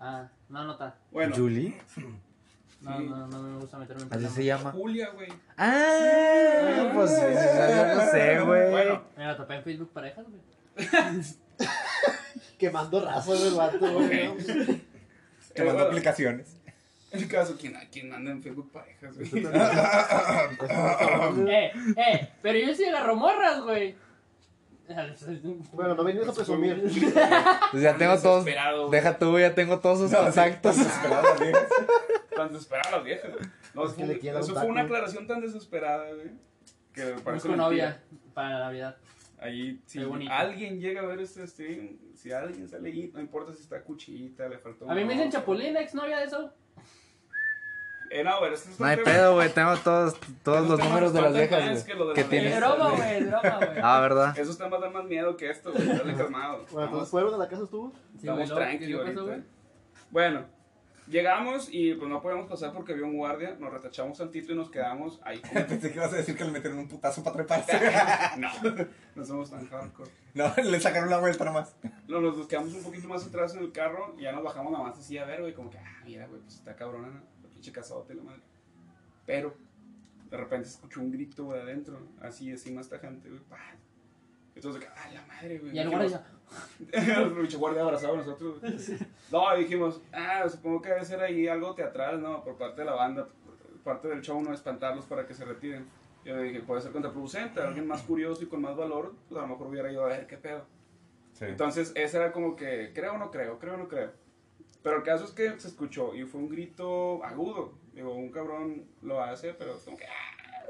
Ah, no, no está.
Bueno,
¿Julie?
No,
Sí.
no, no me gusta meterme en
Así
problemas.
se llama.
Julia, güey.
Ah,
Eh,
pues sí, sí, sí, yo no sé, güey.
Bueno,
Me la topé en Facebook parejas, güey.
Quemando raso del vato, güey. ¿no?
Te
eh,
mando
bueno,
aplicaciones.
el este caso, ¿quién, quién anda en Facebook parejas, güey?
Pues
eh, eh, pero yo sí agarro morras, güey.
Bueno, no venimos a presumir.
Pues ya tengo todos.
Desesperado, güey.
Deja tú, güey, ya tengo todos sus
No, sí,
contactos.
estás desesperado, amigo.
Tan desesperada las viejas. güey. No,
Es
eso
que
fue-
le quiero
eso
un
fue una
taco.
aclaración tan desesperada, güey. Que parece
Busco
mentira.
novia para Navidad.
Ahí, si
Qué bonito.
alguien llega a ver este stream, si alguien sale ahí, no importa si está cuchillita, le faltó.
A mí
un
me dicen
ojo.
Chapulín, ex novia de eso.
Eh, no, pero este es
No
un
hay
tema-
pedo, güey, tengo todos, todos
Esos
los
temas
números de las
dan más
viejas,
más que lo
güey. Que
de las
Es
tienes.
viejas,
broma, güey, es broma, güey.
Ah, ¿verdad?
Esos temas dan más miedo que esto, güey. Dale calmado.
Bueno,
Vamos,
entonces fueron a la casa estuvo.
Sí, güey,
estamos
luego, ¿qué
tranquilos
pasó,
ahorita.
güey?
Bueno, llegamos y pues no podíamos pasar porque había un guardia. Nos retachamos tantito y nos quedamos ahí.
Pensé que ibas a decir que le metieron un putazo para treparse.
no, no somos tan hardcore.
No, le sacaron una vuelta nomás.
No, nos quedamos un poquito más atrás en el carro y ya nos bajamos nada más así a ver, güey, como que, ah, mira, güey, pues está cabrona, ¿no? la pinche cazote, la madre. Pero, de repente escuchó un grito, güey, adentro, así, así más tajante, güey, pa. Entonces, ah, la madre, güey.
Y el
Dijimos-
guardia dice, "Ah,
el pinche guardia abrazado a nosotros, güey. No, dijimos, ah, supongo que debe ser ahí algo teatral, ¿no? Por parte de la banda, por parte del show, no espantarlos para que se retiren. Yo dije, puede ser contraproducente, alguien más curioso y con más valor, pues a lo mejor hubiera ido a ver qué pedo. Entonces, esa era como que, creo o no creo, creo o no creo. Pero el caso es que se escuchó y fue un grito agudo. Digo, un cabrón lo hace, pero como que... "Ah",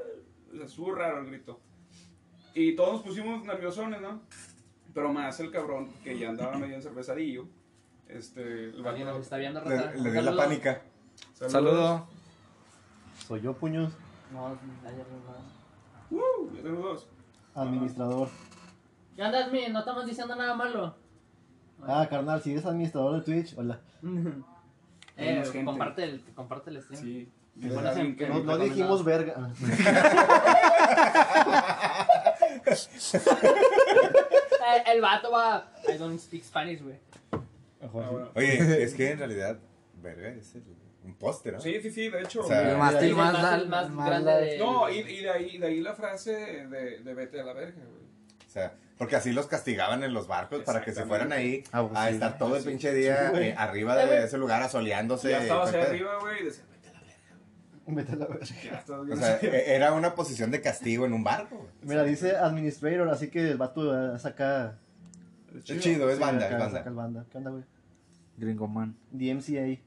Se susurra raro el grito. Y todos nos pusimos nerviosones, ¿no? Pero más el cabrón, que ya andaba medio cervezadillo. Este, el vato-
"Alguien nos está viendo
Le,
rota.
le dio la
Saludos".
pánica.
Saludos.
Saludo.
Soy yo, puños.
No, ayer no.
¡Uh! Ya tenemos dos.
Administrador.
¿Qué andas, mi? No estamos diciendo nada malo.
Ah, carnal, si eres administrador de Twitch, hola.
Hay
eh,
más gente.
comparte el, comparte el stream.
Sí.
Bueno,
Alguien
siempre-
que-
No, no dijimos verga.
Eh, el vato va, I don't speak Spanish, güey.
Ah, bueno.
Oye, es que en realidad, verga, es el- un poste, ¿no?
Sí, sí, sí, de hecho.
O sea,
El más,
Sí,
el
el
más,
más- el
la-
más
más
grande
la-
de-
no, y, y de, ahí, de ahí la frase de, de vete a la verga, güey.
O sea, porque así los castigaban en los barcos para que se fueran ahí
Ah, pues
a
sí.
estar todo el pinche día eh, arriba
Eh, güey.
de ese lugar asoleándose.
ya estabas ahí
Fue-
arriba, güey, y decías, vete a la verga.
Vete a la verga.
Ya estabas
O
bien.
sea, e- era una posición de castigo en un barco. güey.
Mira, dice administrator, así que el vato ah, saca.
Es chido, es
sí,
banda,
acá
es
Saca
banda.
el banda. ¿Qué onda, güey?
Gringoman.
DMCA.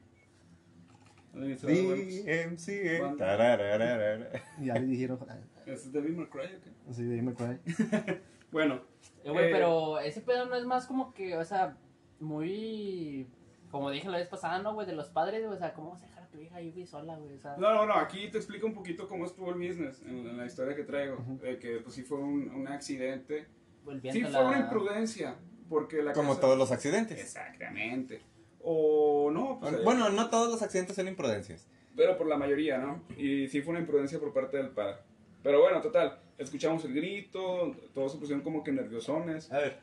Administrador, güey.
DMCA.
pues, Banda.
eh, tararararara.
Y ya le dijeron. ah,
¿Es David McCray o qué?
Sí, de ahí me acuerdo.
Bueno,
Eh, güey,
Eh.
pero ese pedo no es más como que, o sea, muy. Como dije la vez pasada, ¿no, güey? De los padres, güey. O sea, ¿cómo vas a dejar a tu hija ahí, güey, sola, güey? O sea,
no, no, no, aquí te explico un poquito cómo estuvo el business en, en la historia que traigo. De que pues sí fue un, un accidente.
volviendo
Sí
a
fue
la.
una imprudencia, porque la
Como
casa-
todos los accidentes.
Exactamente. O no, pues, eh,
Bueno, no todos los accidentes son imprudencias.
pero por la mayoría, ¿no? Y sí fue una imprudencia por parte del padre. Pero bueno, total, escuchamos el grito, todos se pusieron como que nerviosones.
A ver,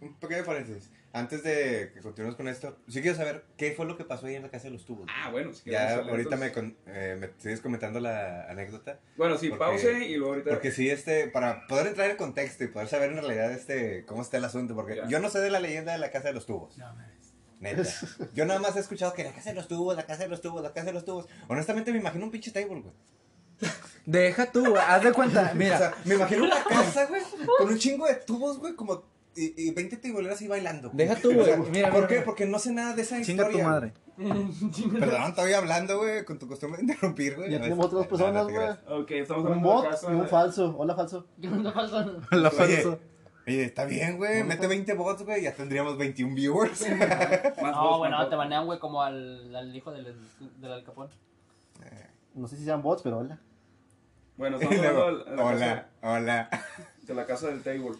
un pequeño paréntesis. Antes de que continuemos con esto, sí quiero saber qué fue lo que pasó ahí en la casa de los tubos.
Ah, bueno, si queremos
ya
hablar,
ahorita me,
entonces-
con- eh, me sigues comentando la anécdota.
Bueno, sí,
porque-
pause y luego ahorita...
Porque sí, este, para poder entrar en contexto y poder saber en realidad este, cómo está el asunto, porque
Ya.
yo no sé de la leyenda de la casa de los tubos. Neta. Yo nada más he escuchado que la casa de los tubos, la casa de los tubos, la casa de los tubos. Honestamente me imagino un pinche table, güey.
Deja tú, güey, haz de cuenta. Mira,
O sea, me imagino una casa, güey, con un chingo de tubos, güey, como y, y 20 tiboleras ahí bailando.
Deja tú, güey. Mira,
¿Por
mira,
qué?
mira.
Porque no sé nada de esa
chinga tu
historia.
madre.
güey. Perdón, todavía hablando, güey, con tu costumbre de interrumpir, güey.
Ya
No,
tenemos
es-
otras
no,
personas,
no te creas.
güey.
Ok, estamos
Un
hablando
bot
de la casa
y un
de-
falso. Hola, falso.
No pasa nada.
La
Oye.
falsa.
Oye, está bien, güey. Mete 20 bots, güey, ya tendríamos 21 viewers.
más
No,
bots,
bueno,
más
te
bots.
banean, güey, como al, al hijo del, del Al Capón.
No sé si sean bots, pero hola.
Bueno,
Y
estamos
luego,
hablando de la,
hola,
Casa,
hola.
de la casa del table.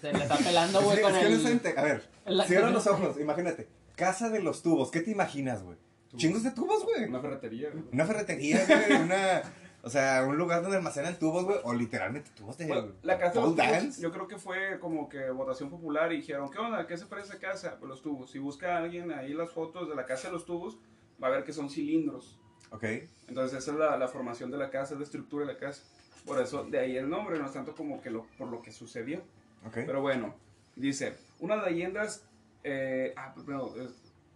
Se le está pelando, güey,
Es
con
que
el...
honestamente, A ver,
el-
cierra los ojos, imagínate. Casa de los tubos, ¿qué te imaginas, güey? Chingos de tubos, güey.
Una ferretería. güey.
Una ferretería, güey, una... O sea, un lugar donde almacenan tubos, güey, o literalmente tubos de...
Bueno, la casa de los
pole
tubos,
dance.
yo creo que fue como que votación popular y dijeron, ¿qué onda? ¿Qué se parece a casa? Pues los tubos. Si busca alguien ahí las fotos de la casa de los tubos, va a ver que son cilindros.
Ok.
Entonces esa es la, la formación de la casa, es la estructura de la casa. Por eso, de ahí el nombre, no es tanto como que lo, por lo que sucedió.
Ok.
Pero bueno, dice, unas leyendas... eh, ah, pero eh,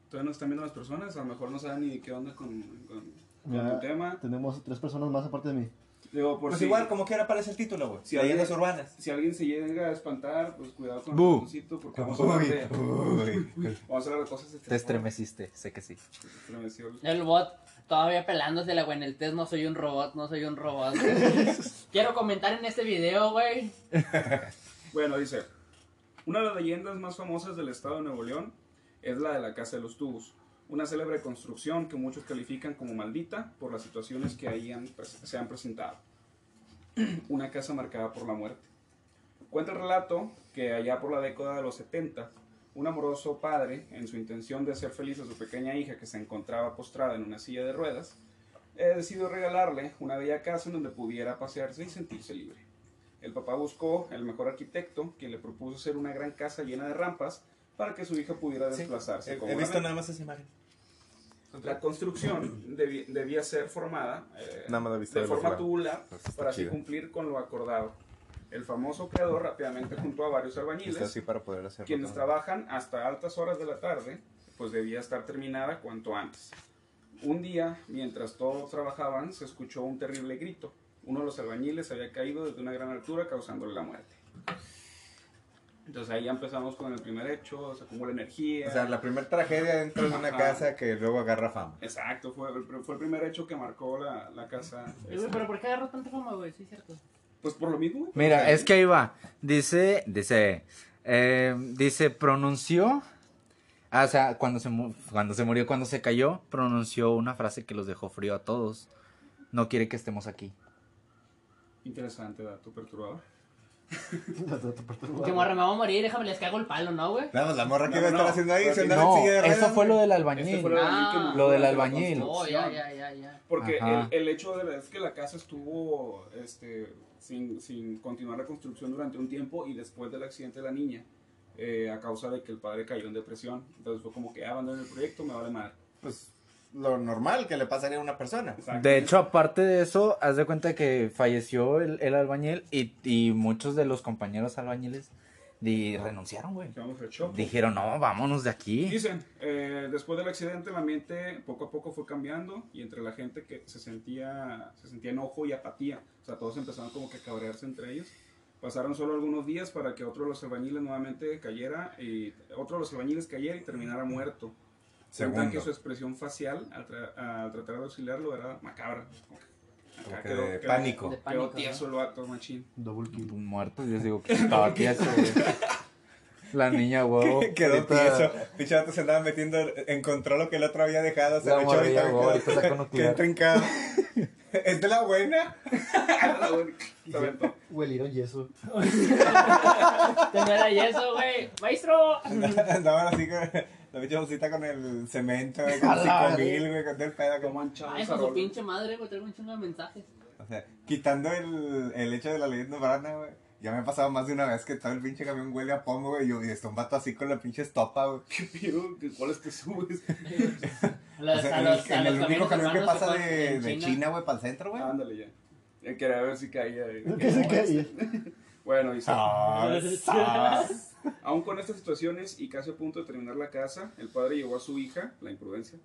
todavía no están viendo las personas, a lo mejor no saben ni qué onda con, con- con
Ya.
tu tema.
Tenemos tres personas más aparte de mí.
Digo, por
Pues
si-
igual, como quiera aparece el título, güey.
Sí,
Leyendas
oye.
urbanas.
si alguien se llega a espantar, pues cuidado con
Bu.
el botoncito, porque vamos a hablar de,
uy.
vamos a hablar de cosas
Te
estremeció.
estremeciste, sé que sí.
Estremeció.
El bot todavía pelándosela, güey, en el test. No soy un robot, no soy un robot. Quiero comentar en este video, güey.
Bueno, dice, una de las leyendas más famosas del estado de Nuevo León es la de la Casa de los Tubos, una célebre construcción que muchos califican como maldita por las situaciones que ahí han pres- se han presentado. una casa marcada por la muerte. Cuenta el relato que allá por la década de los 70, un amoroso padre, en su intención de hacer feliz a su pequeña hija que se encontraba postrada en una silla de ruedas, eh, decidió regalarle una bella casa en donde pudiera pasearse y sentirse libre. El papá buscó el mejor arquitecto, quien le propuso hacer una gran casa llena de rampas para que su hija pudiera
Sí,
desplazarse.
He, he
cómodamente.
visto nada más esa imagen.
La construcción debi- debía ser formada eh,
Nada más la vista
de
de los
forma
lados.
tubular
Pues está
para así
chido.
cumplir con lo acordado. El famoso creador rápidamente juntó a varios
Está
albañiles,
así para poder hacerlo.
quienes
¿no?
trabajan hasta altas horas de la tarde, pues debía estar terminada cuanto antes. Un día, mientras todos trabajaban, se escuchó un terrible grito. Uno de los albañiles había caído desde una gran altura, causándole la muerte. Entonces ahí ya empezamos con el primer hecho, se acumula energía.
O sea, la primera tragedia dentro de una
Ajá.
casa que luego agarra fama.
Exacto, fue, el- fue el primer hecho que marcó la, la casa. Este,
Eh, güey, Pero ¿por qué agarró tanta fama, güey? Sí, cierto.
Pues por lo mismo.
Mira, es que ahí va. Dice, dice, eh, dice, pronunció. Ah, o sea, cuando se, mu- cuando se murió, cuando se cayó, pronunció una frase que los dejó frío a todos. No quiere que estemos aquí.
Interesante dato perturbador.
Que morra, me voy a morir, déjame, les cago el palo, ¿no, güey?
Nada más la morra que
No,
iba a
no,
estar haciendo ahí,
no,
se andaba en
No,
silla de ruedas,
eso fue lo
güey.
del
Este
albañil.
fue el albañil que
Ah,
murió
lo
durante
del
la
albañil.
Oh,
construcción.
ya, ya, ya, ya.
Porque el,
Ajá.
el hecho de, es que la casa estuvo este, sin, sin continuar la construcción durante un tiempo y después del accidente de la niña, eh, a causa de que el padre cayó en depresión. Entonces fue como que "Ah, abandoné el proyecto, me vale madre.
Pues lo normal que le pasaría a una persona.
Exacto.
De hecho, aparte de eso, haz de cuenta que falleció el, el albañil y, y muchos de los compañeros albañiles di- renunciaron, güey.
Vamos al show.
Dijeron, no, vámonos de aquí.
Dicen, eh, después del accidente el ambiente poco a poco fue cambiando y entre la gente que se sentía, se sentía enojo y apatía, o sea, todos empezaron como que a cabrearse entre ellos. Pasaron solo algunos días para que otro de los albañiles nuevamente cayera y otro de los albañiles cayera y terminara muerto. Cuentan que su
Segundo.
expresión facial al, tra- al tratar de auxiliarlo era macabra. Acá
Como que
quedó-
de
quedó-
pánico.
De
Quedó
pánico.
tieso el vato, machín.
Double kill.
Muertos, yo digo que estaba tieso, güey. La niña, huevo.
Quedó
ahorita-
tieso. Pinche vato se andaba metiendo, encontró lo que el otro había dejado, se
La
lo echó
morrilla,
ahorita.
güey, ahorita saca un
quedó- Quedó
utilidad.
trincado. ¿Es de la buena?
Se aventó.
Huelieron yeso.
Tener ahí eso, güey. Maestro.
Andaban así con La pinche bolsita con el cemento, güey,
A
con
la
psicomil, güey, con todo el pedo.
Como
Como,
manchado
Ay,
esa
con su
rola.
pinche madre, güey, traigo un chingo de mensajes.
o sea, quitando el, el hecho de la leyenda urbana, güey. Ya me ha pasado más de una vez que todo el pinche camión huele a pomo, güey. Y yo, y está un vato así con la pinche estopa, güey.
¿Qué pido? ¿Qué- ¿Cuál es que subes?
O
Las-
sea,
a
en
los-
el,
a
en
los
el
camiones
único camión que
urbanos
pasa
ponen
de,
en
de China, güey, para el centro, güey.
Ándale ya. Ya Quería ver si caía. eh.
¿Qué se cae?
Bueno, y
Ah.
Ah,
Sas, sas.
Aún con estas situaciones y casi a punto de terminar la casa, el padre llevó a su hija, la imprudencia,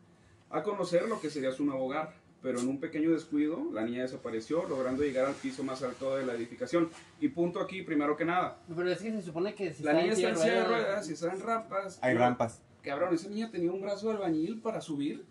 a conocer lo que sería su nuevo hogar. Pero en un pequeño descuido, la niña desapareció, logrando llegar al piso más alto de la edificación. Y punto aquí, primero que nada.
Pero es que se supone que si
la niña está en ah, silla de
ruedas-
ruedas y está en rampas.
Hay
Digo,
rampas.
Cabrón, esa niña tenía un brazo de albañil para subir.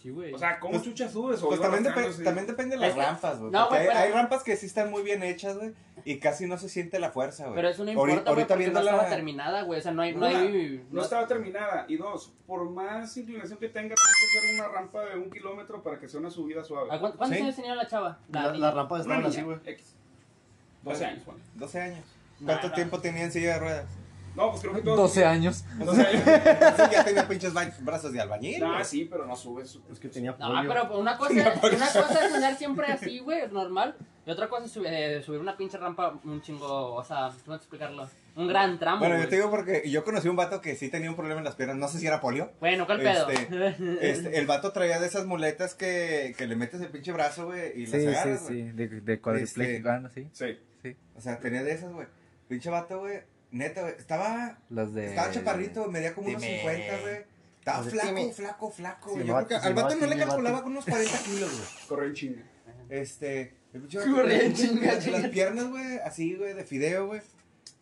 Sí, güey.
O sea, ¿cómo
Pues-
chucha subes? O
Pues
iba
también, depe-
arrastrándose.
también depende de las
Es que-
rampas, güey.
Este- No,
porque
güey,
hay,
pero-
hay rampas que sí están muy bien hechas, güey. Y casi no se siente la fuerza, güey.
pero eso no
Ahori-
importa, güey, porque no
la-
estaba terminada, güey. O sea, no hay... No,
Una,
hay,
no estaba terminada. Y dos, por más inclinación que tenga, tienes que hacer una rampa de un kilómetro para que sea una subida suave.
¿A cuánto- ¿Cuántos
Sí.
años tenía la chava?
La,
niña.
la rampa
Una
estaban
niña,
así, Ah, güey.
X. 12 años, Juan.
12 años.
Nah,
¿Cuánto
nah.
tiempo tenía en silla de ruedas?
No, pues creo que todos.
12 años.
12 años. Entonces ya tenía pinches ba- brazos de albañil.
Ah,
güey.
sí, pero no subes.
Es que tenía
No, ah,
polio.
pero pues, una cosa, una cosa es andar siempre así, güey, normal. Y otra cosa es sub- eh, subir una pinche rampa un chingo, o sea, ¿cómo explicarlo? Un gran tramo,
Bueno,
güey.
yo te digo porque yo conocí un vato que sí tenía un problema en las piernas. No sé si era polio.
Bueno, ¿cuál pedo?
Este, este, el vato traía de esas muletas que, que le metes el pinche brazo, güey, y las
Sí, sí,
agarras, güey.
sí. De, de cuadripléjico,
Este-
ah, no, sí.
Sí.
O sea, tenía de esas, güey. Pinche vato, güey. Neta, güey. Estaba,
Los de.
estaba chaparrito, medía como unos
dime.
50, güey. Estaba
Pues es que
flaco,
mi-
flaco, flaco,
si
güey.
mi
Yo creo
vato-
que
si
al
mi
vato no
vato-
le
mi vato-
calculaba con unos 40 kilos, güey.
Corre en chinga.
Este, el pinche
Corría en
las-
chinga,
las,
chinga.
las piernas, güey, así, güey, de fideo, güey.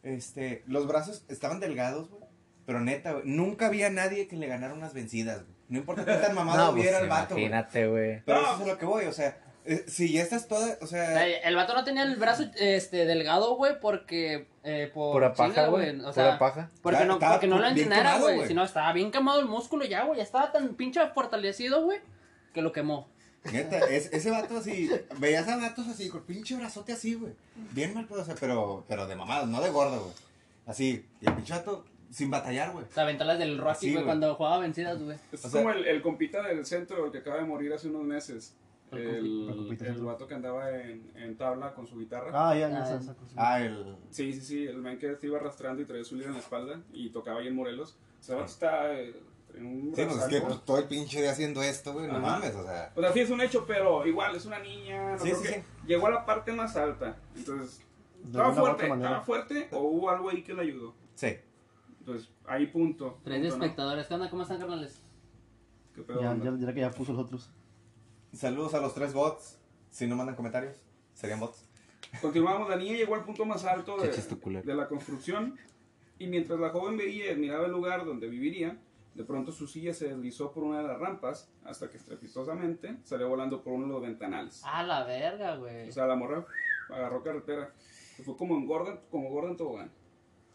Este, los brazos estaban delgados, güey. Pero neta, güey, nunca había nadie que le ganara unas vencidas, güey. No importa qué tan mamado
No, pues,
hubiera el vato, güey.
Imagínate, güey.
Pero
No.
eso es a lo que voy, o sea, eh, si ya estás toda, o
O
sea,
sea, El vato no tenía el brazo este, delgado, güey, porque... Eh, por
Pura paja,
chinga,
güey.
O
Pura
sea,
paja.
porque no,
Estaba
porque no lo
bien
entrenara,
quemado,
güey.
güey.
Si no, estaba bien quemado el músculo ya, güey. Ya estaba tan pinche fortalecido, güey, que lo quemó.
neta, es- ese vato así, veías a vatos así, con pinche brazote así, güey. Bien mal, pero, o sea, pero, pero de mamado, no de gordo, güey. Así, y el pinche vato, sin batallar, güey.
O sea, ventalas del
Así,
Rocky, güey,
güey.
cuando jugaba vencidas, güey.
Es
O sea-
como el, el compita del centro, el que acaba de morir hace unos meses.
El
El,
compi- el compita
el
centro.
vato que andaba en, en tabla con su guitarra.
Ah, ya, ya,
Ah,
esa- esa cosa.
Ah, el...
Sí, sí, sí. El man que se iba arrastrando y traía su líder en la espalda y tocaba ahí en Morelos. O
Ah.
sea, el vato está eh, en un.
Sí, pues es que
rezago.
pues, todo el pinche día haciendo esto, güey, no
Ajá.
mames, o sea.
O sea, sí es un hecho, pero igual es una niña. No
Sí,
creo
sí,
que-
sí.
Llegó a la parte más alta. Entonces,
De
estaba
alguna u otra
fuerte,
manera.
estaba fuerte o hubo algo ahí que le ayudó.
Sí.
Entonces, ahí punto.
Tres
Punto, ¿no?
espectadores. ¿Qué onda? ¿Cómo están, carnales?
¿Qué pedo,
Ya,
onda?
ya, ya que ya puso los otros.
Saludos a los tres bots. Si no mandan comentarios, serían bots.
Continuamos, la niña llegó al punto más alto de,
Chachas tu culero.
de la construcción y mientras la joven veía y admiraba el lugar donde viviría, de pronto su silla se deslizó por una de las rampas hasta que estrepitosamente salió volando por uno de los ventanales.
Ah, la verga, güey.
O sea, la morra agarró carretera. Se fue como en Gordon, como Gordon Tobogán.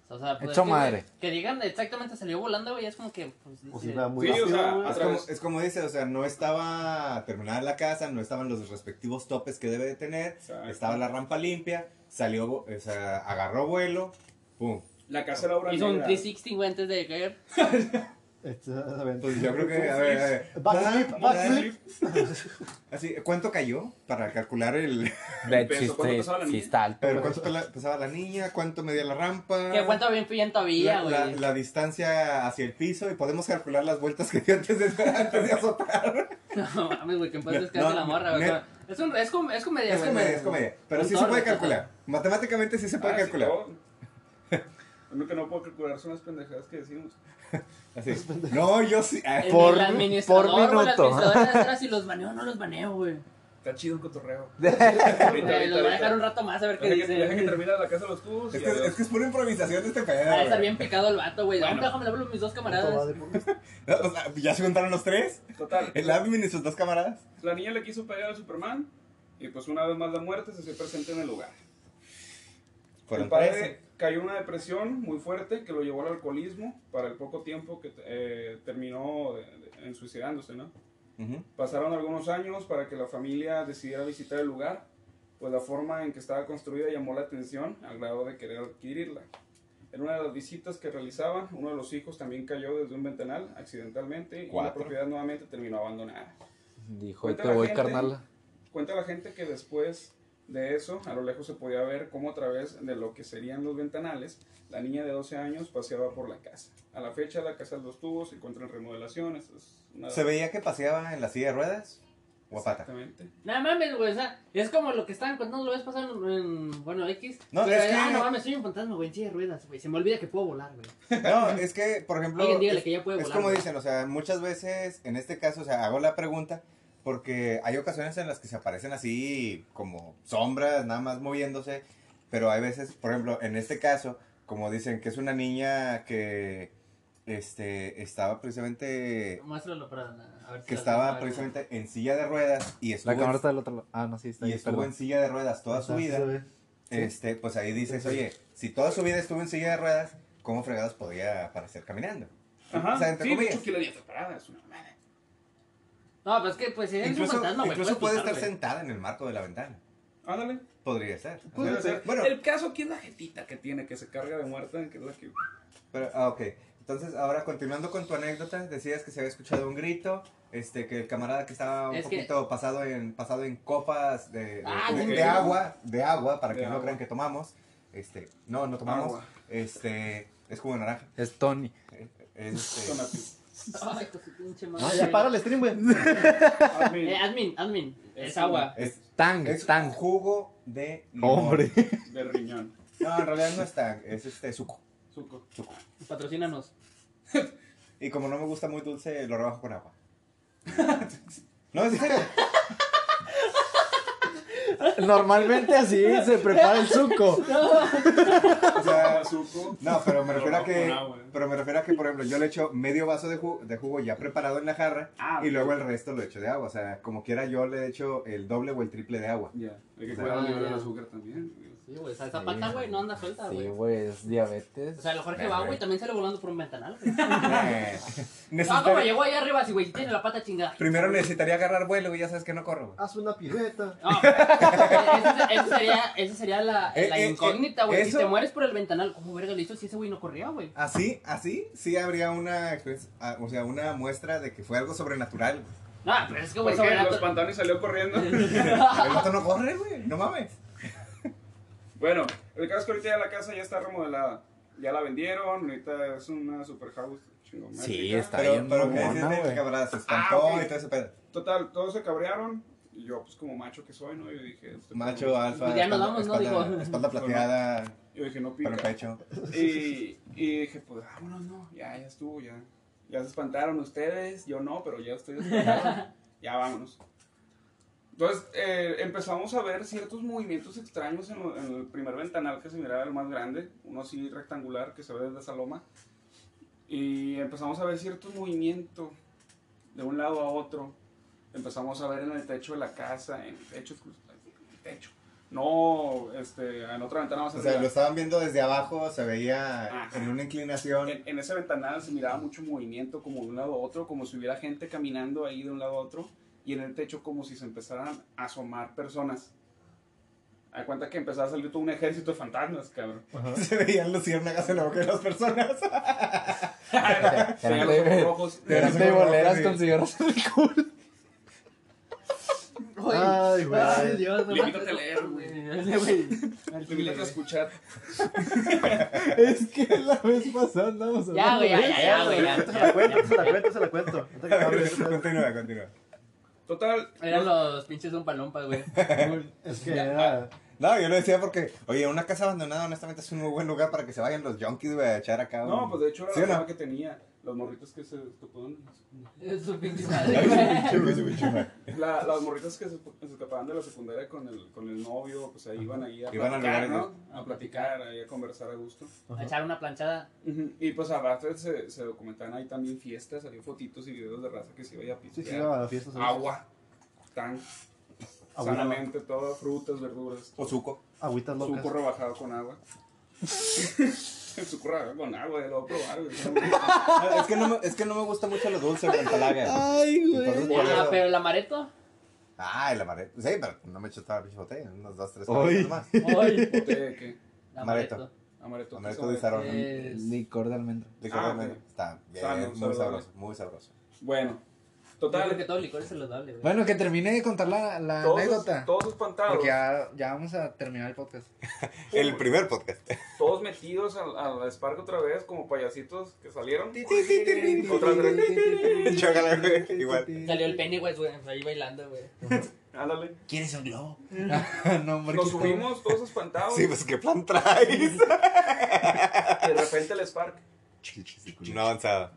O sea, pues,
Hecho
es que,
madre.
güey, Que digan exactamente salió volando, güey, es como que. Pues,
O
dice-
si iba muy
Sí, o
rápido,
sea,
güey.
Es
Otra
como,
vez.
es como dice, o sea, no estaba terminada la casa, no estaban los respectivos topes que debe de tener,
Exacto.
estaba la rampa limpia, salió, vo- o sea, agarró vuelo, pum.
La casa de la obra
hizo un
negra.
360, güey, antes de caer.
Este, a ver,
Pues yo creo que, a ver, a ver.
Backflip,
Bla, bla,
backflip.
Así, ¿cuánto cayó? Para calcular el...
De
peso, ¿cuánto
chiste.
pesaba la
Sí,
niña?
está alto.
Pero cuánto pela- pesaba la niña, cuánto medía la rampa.
Que cuenta bien bien todavía,
la,
güey.
la- la distancia hacia el piso y podemos calcular las vueltas que dio antes de, antes de azotar.
No mames, güey, que en paz
No,
descanse
no,
la morra, güey.
net-
Es, un, es, com- es comedia,
Es
güey.
comedia, es comedia. Pero
Un
sí se
toro,
puede
güey.
calcular. Matemáticamente sí se puede
Ah, sí,
calcular.
no. Lo que no puedo calcular son las pendejadas que decimos.
Así. No, yo sí. ah,
El,
Por
el
mi-
administrador,
por
güey,
minuto.
El administrador debe ser si los baneo o no los baneo, güey.
Está chido el cotorreo.
Güey, Los voy a dejar un rato más a ver qué
Deja que, deja que
dice. "Mm".
termine la casa de los tubos.
es,
y
que,
adiós.
es que es pura improvisación
Ah,
de este pedo.
Va a estar
güey.
bien picado el vato, güey.
Bueno.
Déjame hablar con mis dos
Puta
camaradas.
madre, pues.
O sea, ya se juntaron los tres.
Total.
El admin y sus dos camaradas.
La niña le quiso pegar al Superman y pues una vez más la muerte se hacía presente en el lugar.
Fueron
el padre
tres.
cayó en una depresión muy fuerte que lo llevó al alcoholismo para el poco tiempo que eh, terminó de- de- en suicidándose, ¿no?
Ujú.
Pasaron algunos años para que la familia decidiera visitar el lugar, pues la forma en que estaba construida llamó la atención al grado de querer adquirirla. En una de las visitas que realizaba, uno de los hijos también cayó desde un ventanal accidentalmente y la
Cuatro.
propiedad nuevamente terminó abandonada.
Dijo, ahí
Cuenta
te
la
voy,
gente.
carnal.
Cuenta la gente que después de eso, a lo lejos se podía ver cómo a través de lo que serían los ventanales, la niña de 12 años paseaba por la casa. A la fecha la casa de los tubos se encuentra en remodelación. esto es una-
Se veía que paseaba en la silla de ruedas o a pata.
Exactamente.
No mames, güey, o sea, es como lo que estaban contando, lo ves pasar en, en- bueno, X.
No,
pero,
es que-
ah, no mames, soy un fantasma, güey, en silla de ruedas, güey, se me olvida que puedo volar, güey.
No, es que, por ejemplo.
Alguien dígale
es-
que ya puede
Es
volar.
como
güey.
dicen, o sea, muchas veces, en este caso, o sea, hago la pregunta porque hay ocasiones en las que se aparecen así como sombras, nada más moviéndose, pero hay veces, por ejemplo, en este caso, como dicen que es una niña que este, estaba precisamente,
Muéstralo para la- a ver si
que
la-
estaba
la-
precisamente en silla de ruedas y estuvo,
La cámara
en,
está del otro lado. Ah, no, sí, está
y
ahí,
estuvo
perdón.
en silla de ruedas toda su
Ajá, sí
vida,
se ve.
este, pues ahí dices, oye, si toda su vida estuvo en silla de ruedas, ¿cómo fregados podía aparecer caminando?
Ajá.
O sea, entre
sí, de
comillas.
hecho, que la niña está parada, es una mamada.
No, pues es que pues si eres
Incluso,
un fantasma, güey.
incluso puede
puedes
estar
picar, güey.
sentada en el marco de la ventana.
Ándale.
Podría ser. O
puede
sea,
ser.
Bueno,
El caso aquí es la jetita que tiene, que se carga de muerta, que es la que...
pero, ah, ok. Entonces, ahora continuando con tu anécdota, decías que se había escuchado un grito, este, que el camarada que estaba un
Es que-
poquito pasado en pasado en copas de, de-
Ah,
de-
sí,
de
sí.
agua, de agua, para
De
que no
agua.
crean que tomamos. Este, no, no tomamos.
Agua.
Este, es jugo de naranja.
Es Tony.
Es, este,
Son así.
Ay, pues, pinche madre.
Ah, ya para el stream, güey.
Admin.
Eh, admin, admin, es,
Es
agua.
es,
Tang,
este, es
Tang.
jugo de limón.
Hombre.
De riñón.
No, en realidad no es tang, es este suco.
Suco.
Patrocínanos.
Y como no me gusta muy dulce, lo rebajo con agua. No, es en serio.
Normalmente así se prepara el suco.
O sea,
Suco.
no, pero me
Lo
refiero a
rebajo
que,
con agua. ¿eh?
pero me refiero a que, por ejemplo, yo le echo medio vaso de jugo, de jugo ya preparado en la jarra
Ah,
y luego el resto lo echo de agua. O sea, como quiera yo le echo el doble o el triple de agua.
Ya. Hay que
Ah,
cuidar el nivel
ya.
del azúcar también.
Sí, güey, o sea, esa pata, güey, no anda suelta,
Sí,
güey.
güey, es diabetes.
O sea, el Jorge va, güey, también sale volando por un ventanal, güey.
Eh,
Ah, como
necesitaría-
llegó allá arriba, así, güey, tiene la pata chingada.
primero necesitaría agarrar vuelo y ya sabes que no corro. güey.
Haz una pirueta.
No, esa, esa sería, esa sería la,
Eh,
la
eh,
incógnita,
eh,
güey. Si
eso-
te mueres por el ventanal, ¿cómo verga le hizo si ese güey no corría, güey?
Así, así, sí habría una, pues, ah, o sea, una muestra de que fue algo sobrenatural. güey.
No, pero es que, güey,
¿Por qué? Los
sobrenatural.
pantalones salió corriendo.
El vato no corre, güey, no mames.
Bueno, el caso es que ahorita ya la casa ya está remodelada. Ya la vendieron, ahorita es una super house chingón.
Sí, está
Pero,
bien
pero que
mamona,
dices de
güey.
que camarada se espantó
Ah, ok.
y todo ese pedo.
Total, todos se cabrearon. Y yo, pues como macho que soy, ¿no? Yo dije... este,
Macho, ah, alfa,
Pues ya nos vamos, ¿no?
espalda,
Digo.
espalda plateada,
Yo dije, no
pero
pica.
en pecho.
Y, y dije, pues vámonos, no, ya, ya estuvo, ya. Ya se espantaron ustedes, yo no, pero ya ustedes espantaron. ya vámonos. Entonces eh, empezamos a ver ciertos movimientos extraños en, lo- en el primer ventanal que se miraba el más grande, uno así rectangular que se ve desde esa loma. Y empezamos a ver ciertos movimientos de un lado a otro. Empezamos a ver en el techo de la casa, en el techo, pues, en el techo. No, este, en otra ventana más
O sea,
arriba.
lo estaban viendo desde abajo, se
Ah.
veía
Ajá.
en una inclinación.
En, en ese ventanal se miraba mucho movimiento como de un lado a otro, como si hubiera gente caminando ahí de un lado a otro, y en el techo como si se empezaran a asomar personas. Hay cuenta que empezaba a salir todo un ejército de fantasmas, cabrón.
Se veían luciérnagas en la boca de las personas.
Tenían los ojos rojos.
Pero
Eran
se
de
colgó,
boleras
sí.
con cigarros en el culo.
Güey.
Ay, güey.
Ay, Dios, no.
Limítate a leer, güey.
Dale, güey. Al
Te viniste a
chile,
escuchar.
Es que la vez pasada andamos
güey. Ya, güey, ya, ya, ya, güey. ya,
Se la
ya.
cuento, se la cuento, se la cuento. Ahorita que acabe esto.
continúa, continúa.
Total.
Eran los pinches un palompa, güey.
Es que era.
No, yo lo decía porque, oye, una casa abandonada honestamente es un muy buen lugar para que se vayan los junkies, güey, a echar acá.
No,
un-
pues de hecho era
¿Sí
la
o no?
forma que tenía. Los morritos que se escapaban.
Es su pinche
Ay,
madre,
ese
güey.
pinche, güey, ese pinche, güey.
La- las morritas que se, se escapaban de la secundaria con el, con el novio, pues ahí iban ahí a
Iban a
platicar,
lugares
¿no? A platicar, ahí a conversar a gusto.
A echar una planchada.
Ujú, Y pues aparte se, se documentaban ahí también fiestas, había fotitos y videos de raza que se iba a
Sí,
pistear.
sí, iba a la fiesta. ¿sabes?
agua, tan
Agua.
sanamente, todo, frutas, verduras,
O suco.
Agüitas locas.
suco rebajado con agua. El suco rebajado con agua, ya lo voy a probar. güey.
No, Ah, es, que no me, es que no me gusta mucho lo dulce, güey, en Talaga.
Ay,
Entonces, por
Ah,
eso-
pero el amareto.
Ah, el amaretto. Sí, pero no me echó toda la pinche botella. Unos dos, tres
Uy.
caballitos más.
Ay,
Bote de que-
el amareto.
ah, Amaretto
Amaretto de Sarón.
Es-
Licor de almendra.
De
Ah,
que
ok.
Está bien,
Sano,
muy
saludable.
sabroso, muy sabroso.
Bueno,
Yo creo que
total.
todo licor es saludable, güey.
Bueno, que termine de contar la, la
Todos,
anécdota.
todos espantados,
Porque ya, ya vamos a terminar el podcast.
El primer podcast.
todos metidos al, al Spark otra vez, como payasitos que salieron. Otra
¿Quieres
Chócala, güey, Igual.
Salió el Pennywise, güey, ahí bailando, güey.
Ándale.
un globo? no, hombre.
Nos
quito.
subimos todos espantados.
Sí, pues qué plan traes.
y de repente el Spark
No avanzaba.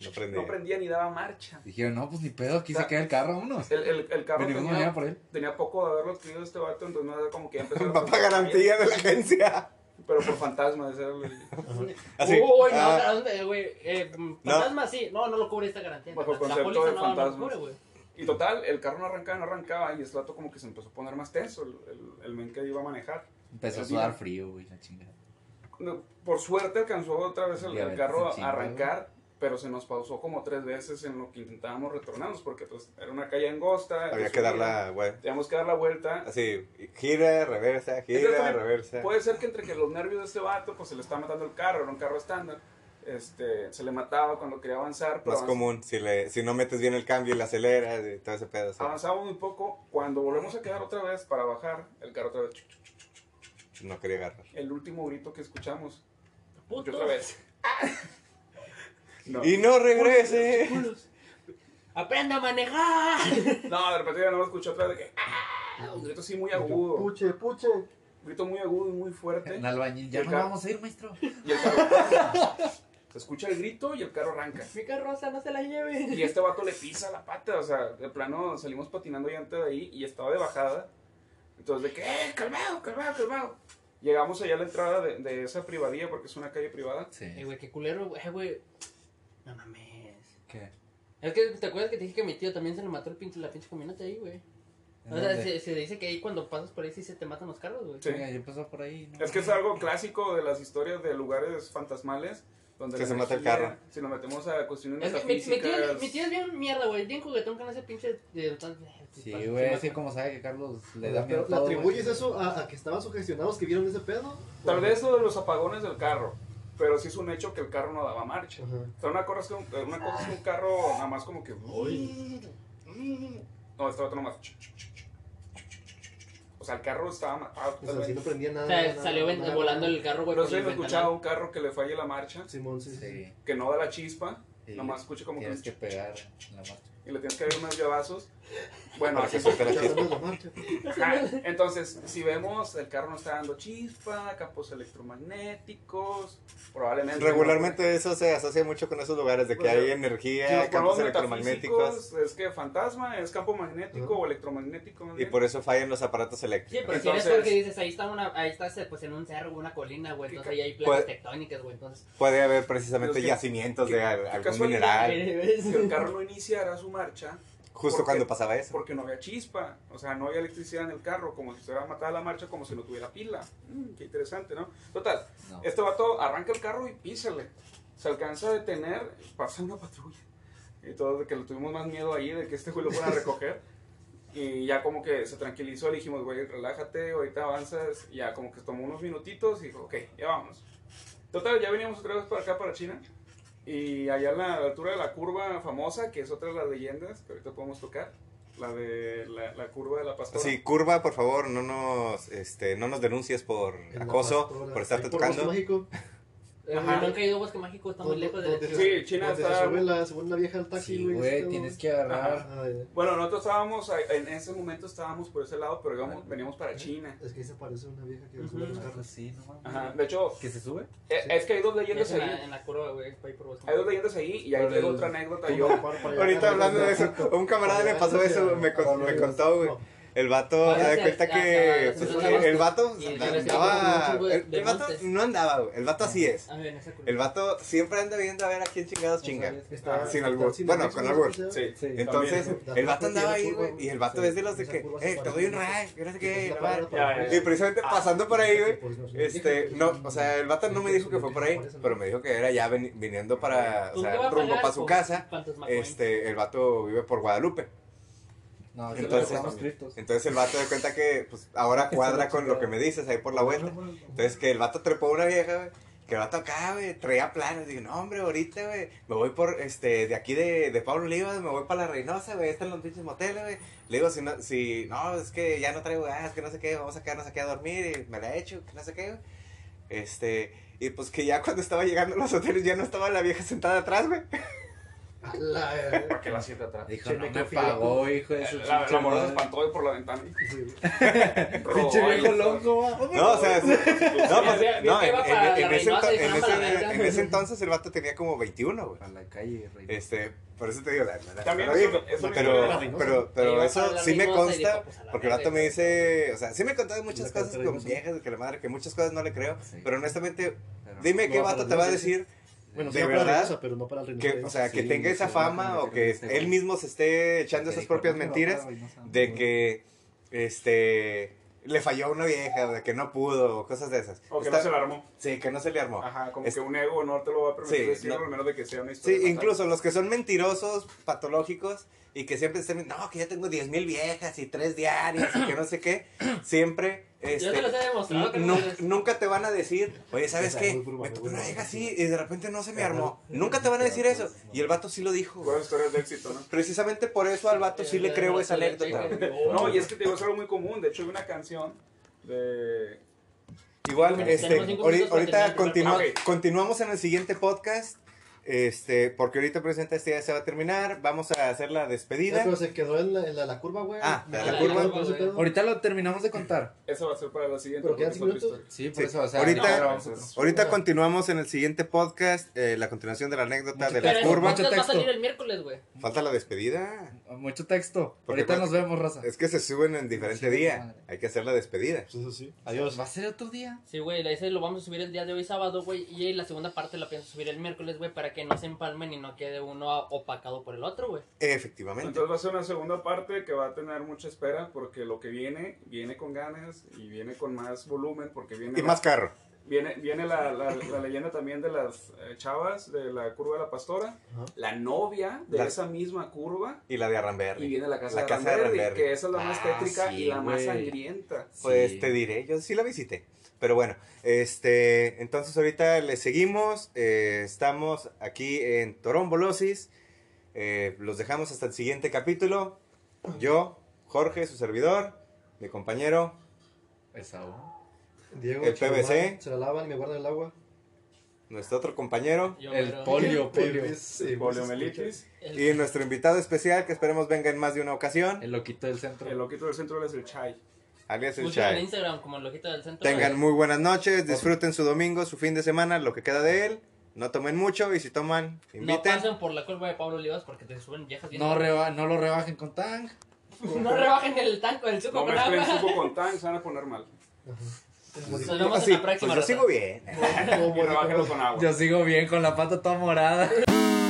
No
no
prendía.
prendía ni daba marcha.
Dijeron, no, pues ni pedo, aquí se queda el carro, vámonos.
El, el, el carro
Venimos mañana
tenía,
por él.
tenía poco de haberlo adquirido este vato, entonces no era como que ya empezó.
Papá garantía de la agencia.
Pero por fantasmas, ese era el-
Así.
Uy, no,
Ah.
¿a dónde, güey? Eh, fantasma, sí. No, no lo cubre esta garantía.
Bajo
carnal.
concepto de
no, no lo
fantasmas.
cubre, güey.
Y total, el carro no arrancaba, no arrancaba, y este vato como que se empezó a poner más tenso, el, el, el men que iba a manejar.
Empezó a
Sí.
sudar frío, güey, la chingada.
No, Por suerte alcanzó otra vez el, el
Diabetes,
carro
sí,
a arrancar, pero se nos pausó como tres veces en lo que intentábamos retornarnos, porque pues era una calle angosta. de
Había que
subida,
darla, güey.
Teníamos que dar la vuelta.
Así, gira, reversa,
Entonces,
gira,
también
reversa.
Puede ser que entre que los nervios de este vato, pues se le está matando el carro, era un carro estándar. Este, se le mataba cuando quería avanzar, pero
Más
avanz-
común, si, le, si no metes bien el cambio y la aceleras y todo ese pedo. sí.
avanzaba muy poco. Cuando volvemos a quedar otra vez para bajar, el carro otra vez, chuc, chuc,
No quería agarrar.
el último grito que escuchamos, y
Puto.
otra vez. No.
Y no regrese.
Culos. Aprenda a manejar.
No, de repente ya no lo escuché otra vez de que ¡ah! un grito así muy agudo. Puche, puche. Un grito muy agudo y muy fuerte.
En albañil, ya
El
no
carro-
vamos a ir, maestro.
Y el carro arranca. Se escucha el grito y el carro arranca.
Mi carroza, no se la lleve.
Y este vato le pisa la pata. O sea, de plano salimos patinando ya antes de ahí y estaba de bajada. Entonces de que, ¡eh! Calmado, calmado, calmado. Llegamos allá a la entrada de, de esa privadía porque es una calle privada.
Eh,
Sí.
güey, qué culero, güey. Eh, güey. No mames.
¿Qué?
Es que, ¿te acuerdas que te dije que mi tío también se le mató el pinche, la pinche camioneta ahí, güey? O sea,
¿Dónde?
se, se dice que ahí cuando pasas por ahí sí se te matan los carros, güey.
Sí.
Mira, yo paso por ahí. ¿no?
Es que es algo clásico de las historias de lugares fantasmales. Donde
Que
la
se mata el
energía,
carro.
Si nos metemos a cuestiones
Es que mi, mi tío,
metafísicas.
mi tío es bien mierda, güey. Bien juguetón con ese pinche. De,
Sí, güey, es que como sabe que Carlos le da miedo
¿Le
todo, güey.
atribuyes eso a, a que estaban sugestionados que vieron ese pedo?
Tal vez lo de los apagones del carro, pero sí es un hecho que el carro no daba marcha.
Ajá.
O sea, una cosa es que un, eh, una cosa es que un carro nada más como que... No, estaba otro nomás. O sea, el carro estaba matado.
O sea, si no prendía nada.
O sea,
nada,
salió ven-
nada,
volando
nada.
el carro, güey.
Pero
por
sí he
el
escuchado
ventanal.
un carro que le falle la marcha,
Simón, sí, sí. sí.
Sí.
que no da la chispa,
Sí.
nomás escucha como que...
Tienes que
un
pegar en la marcha.
Y le tienes que dar unos llavazos. Bueno,
Para
así
que suelte la
Ya
chispa.
sabes la marcha.
Ajá, Entonces, si vemos, el carro no está dando chispa, campos electromagnéticos, probablemente...
Regularmente eso se asocia mucho con esos lugares de que
Pues,
hay
Si
energía,
nos
campos
ponemos
electromagnéticos
metafísicos, Es que fantasma es campo magnético
Ujú.
o electromagnético. más
y
bien.
por eso fallan los aparatos
Sí,
eléctricos.
pero si
Entonces-
eres porque dices, ahí está, una, ahí está pues, en un cerro, una colina, güey. Entonces ahí hay placas
Pues-
tectónicas, güey. Entonces.
Puede haber precisamente
Pero es que-
yacimientos
qué-
de al-
qué
algún
casualidad.
mineral
Si
Eh,
el carro no iniciara su marcha
justo
porque-
cuando pasaba eso.
porque no había chispa, o sea, no había electricidad en el carro, como si se hubiera matado la marcha, como si no tuviera pila. Mm, qué interesante, ¿no? Total,
No.
este vato arranca el carro y písale. Se alcanza a detener, pasa una patrulla. Y todo, de que le tuvimos más miedo ahí, de que este güey lo fuera a recoger. Y ya como que se tranquilizó, le dijimos, güey, relájate, ahorita avanzas. Y ya como que tomó unos minutitos y dijo, ok, ya vamos. Total, ya veníamos otra vez para acá, para China. Y allá a la altura de la curva famosa, que es otra de las leyendas que ahorita podemos tocar, la de la, la curva de la pastora.
Sí, curva, por favor, no nos, este, no nos denuncies por
En la
acoso,
pastora.
por
Ahí
estarte
Bosque
tocando.
Mágico,
Eh, güey,
Ajá.
Nunca he ido a Bosque Mágico, está muy
donde-
lejos de.
donde
Sí,
se-
China
donde
está-
Se sube la, se sube una vieja al
Pues
taxi,
Sí, güey,
este,
tienes que agarrar.
Ajá.
Ah, eh,
Bueno, nosotros estábamos, ahí- en ese momento estábamos por ese lado, pero íbamos- veníamos para China.
Es que ahí se parece una vieja que
Ujú.
sube los
Ah, pues
carros.
sí, no mames.
Ajá, de hecho,
¿Que se sube?
eh, es que hay dos leyendas
Es en, la,
ahí.
en la curva, güey. para ir por Bosque
Hay dos leyendas ahí y ahí
Por
tengo
el-
otra anécdota yo.
Ahorita hablando de eso, a un camarada le pasó eso, me, con- me contó, güey. El vato,
Parece-
haz de cuenta que
ah,
pues,
ah,
el vato
y- y-
andaba,
y-
el, el vato no andaba, güey, el vato así es.
A ver, Ah, en esa curva.
El vato siempre anda viendo a ver a quién chingados chinga. Ah, sin albur. Bueno, con albur.
algo
Sí.
Sí.
Entonces,
también.
el vato andaba ahí,
Esa curva,
güey, y el vato
sí,
es de los de
esa
que,
curva
eh,
se
te
para
doy un
mucho.
ride, que no sé
Que
qué,
es la
la
palabra
madre.
para-
Ya,
Y
ya,
precisamente
Ah.
pasando por ahí, güey,
Pues, no sé.
este, no, o sea, el vato no me dijo que fue por ahí,
Por eso no. Pues
pero me dijo que era ya veni- viniendo para, o
¿Con qué va
sea,
a
rumbo
pagar
para su
con
casa.
Fantasmagoria?
Este, el vato vive por Guadalupe.
No,
Entonces-
entonces estamos criptos.
Entonces el vato de cuenta que pues, ahora cuadra con lo que me dices ahí por la vuelta. Entonces que el vato trepó a una vieja, güey. Que el vato acá, güey, traía planos. Digo, no, hombre, ahorita, güey, me voy por, este, de aquí de, de Pablo Olivas, me voy para la Reynosa, güey, ahí están los pinches moteles, güey. Le digo, si no, si, no, es que ya no traigo gas, que no sé qué, vamos a quedarnos aquí a dormir, y me la he hecho, que no sé qué, güey. Este, y pues que ya cuando estaba llegando a los hoteles ya no estaba la vieja sentada atrás, güey.
eh,
¿Para qué la sienta atrás?
Dijo,
Che,
no
me
me
confío.
pagó, hijo de su
La,
pinche
la morra se
madre.
espantó y por la ventana.
Pinche viejo loco, va.
No, o sea, no, pues,
ya, ya
no,
que
en,
iba
en-
para
en
la
ese,
Reynosa
ento-
y
en
fueron para la
ese-
verga.
en ese entonces el vato tenía como 21, güey.
A la calle, rey.
Este, por eso te digo, la, la- la-
También
la-
eso-
la-
eso me
pues,
suena
pero,
la
pero,
Reynosa.
pero,
Sí, iba para
eso
la
sí me
Reynosa y
consta,
dijo, pues, a la
porque el vato
verga,
me dice, o sea, sí me contaba muchas
La carta
cosas con
Reynosa.
viejas, de que la madre, que muchas cosas no le creo,
Sí.
pero honestamente,
Pero-
dime
No,
qué
para
vato
la
te va a
Reynosa,
decir
Bueno,
¿De
sí va para la
verdad?
Reynosa, pero no para el Reynosa.
que, o sea, que
Sí,
tenga esa
sí, la
fama
gente
o que
cree que
él mismo se esté echando esas
Sí,
propias
¿cómo te va a
mentiras
pagar, güey? No sabes.
de que, este, le falló a una vieja, o de que no pudo, o cosas de esas.
O que
Está-
no se la armó.
Sí, que no se le armó.
Ajá, como
Es-
que un ego no te lo va a permitir
Sí,
decirlo,
no.
al menos de que sea una historia.
Sí,
fatal.
incluso los que son mentirosos, patológicos y que siempre estén, no, que ya tengo 10 mil viejas y tres diarias y que no sé qué, siempre,
Yo te
este,
los he demostrado que no,
nu-
eres.
nunca te van a decir, oye, ¿sabes
Está
qué?
muy
Me
formado,
tocó una
güey.
vieja así y de repente no se me armó. Nunca te van a decir eso. Y el vato sí lo dijo. güey.
Puras historias de éxito, ¿no?
Precisamente por eso al vato pues, sí le creo esa anécdota. güey.
No, y es que te digo, es algo muy común. De hecho, hay una canción de.
Igual,
Tenemos
este,
cinco
ahori-
minutos para
ahorita
terminar el
continua-
programa. Ok.
continuamos en el siguiente podcast. Este, porque ahorita presenta este ya se va a terminar. Vamos a hacer la despedida.
Pero se quedó en la, en la, la curva, güey.
Ah,
Me
la
quedé
curva.
con ese pedo.
Ahorita lo terminamos de contar.
Esa va a ser para la siguiente.
Pero
porque
quedan
es
cinco
otra
minutos.
historia.
Sí, por
Sí.
eso, o sea,
Ahorita-
ahorita grabamos otro.
Ahorita continuamos en el siguiente podcast, eh, la continuación de la anécdota
Mucho
de
Pero
la
el
texto,
curva.
podcast
mucho
va a
texto.
salir el miércoles, güey.
Falta la despedida.
Mucho texto.
Porque
ahorita
cuál-
nos vemos, raza.
Es que se suben en diferente
Sí,
día.
madre.
Hay que hacer la despedida.
Pues eso sí. Adiós.
Va a ser otro día.
Sí, güey, ese lo vamos a subir el día de hoy sábado, güey, y la segunda parte la pienso subir el miércoles, güey, para que no se empalmen y no quede uno a- opacado por el otro, güey.
Efectivamente.
Entonces va a ser una segunda parte que va a tener mucha espera porque lo que viene, viene con ganas y viene con más volumen porque viene,
Y
la-
más carro.
viene, viene la, la- la leyenda también de las eh, chavas de la curva de la pastora,
Ajá.
la novia de
La-
esa misma curva
Y la de
y
Arramberry.
viene la casa
La
de
casa de
Ramberry,
Ramberry.
que esa es la más
Ah,
tétrica
sí,
y la más
güey.
sangrienta.
Pues
Sí.
te diré, yo sí la visité. Pero bueno, este, entonces ahorita le seguimos. eh, estamos aquí en Torombolosis. eh, los dejamos hasta el siguiente capítulo. Yo, Jorge, su servidor, mi compañero,
Esaú.
Diego,
El
se lo
PVC.
lavan- Se la lavan y me guardan el agua.
nuestro otro compañero
Yo,
El
pero-
polio, polio.
PVC,
Poliomelitis,
el-
y nuestro invitado especial que esperemos venga en más de una ocasión,
El loquito del centro.
el loquito del centro es el chai.
alias el
Búsquenlo en
Chai.
Instagram como el ojito del centro.
Tengan muy buenas noches, disfruten su domingo, su fin de semana, lo que queda de él. No tomen mucho y si toman,
No
inviten.
pasen por la curva de Pablo Olivas porque te suben viejas bien.
No, reba- no lo rebajen con tang.
No rebajen el tanco, el suco
No
con
mezclen
agua.
suco con tan, se van a poner mal.
Nos vemos
Así,
en la próxima.
pues yo
raza.
sigo bien.
Ah, Y rebájenlo con agua.
Yo sigo bien con la pata toda morada.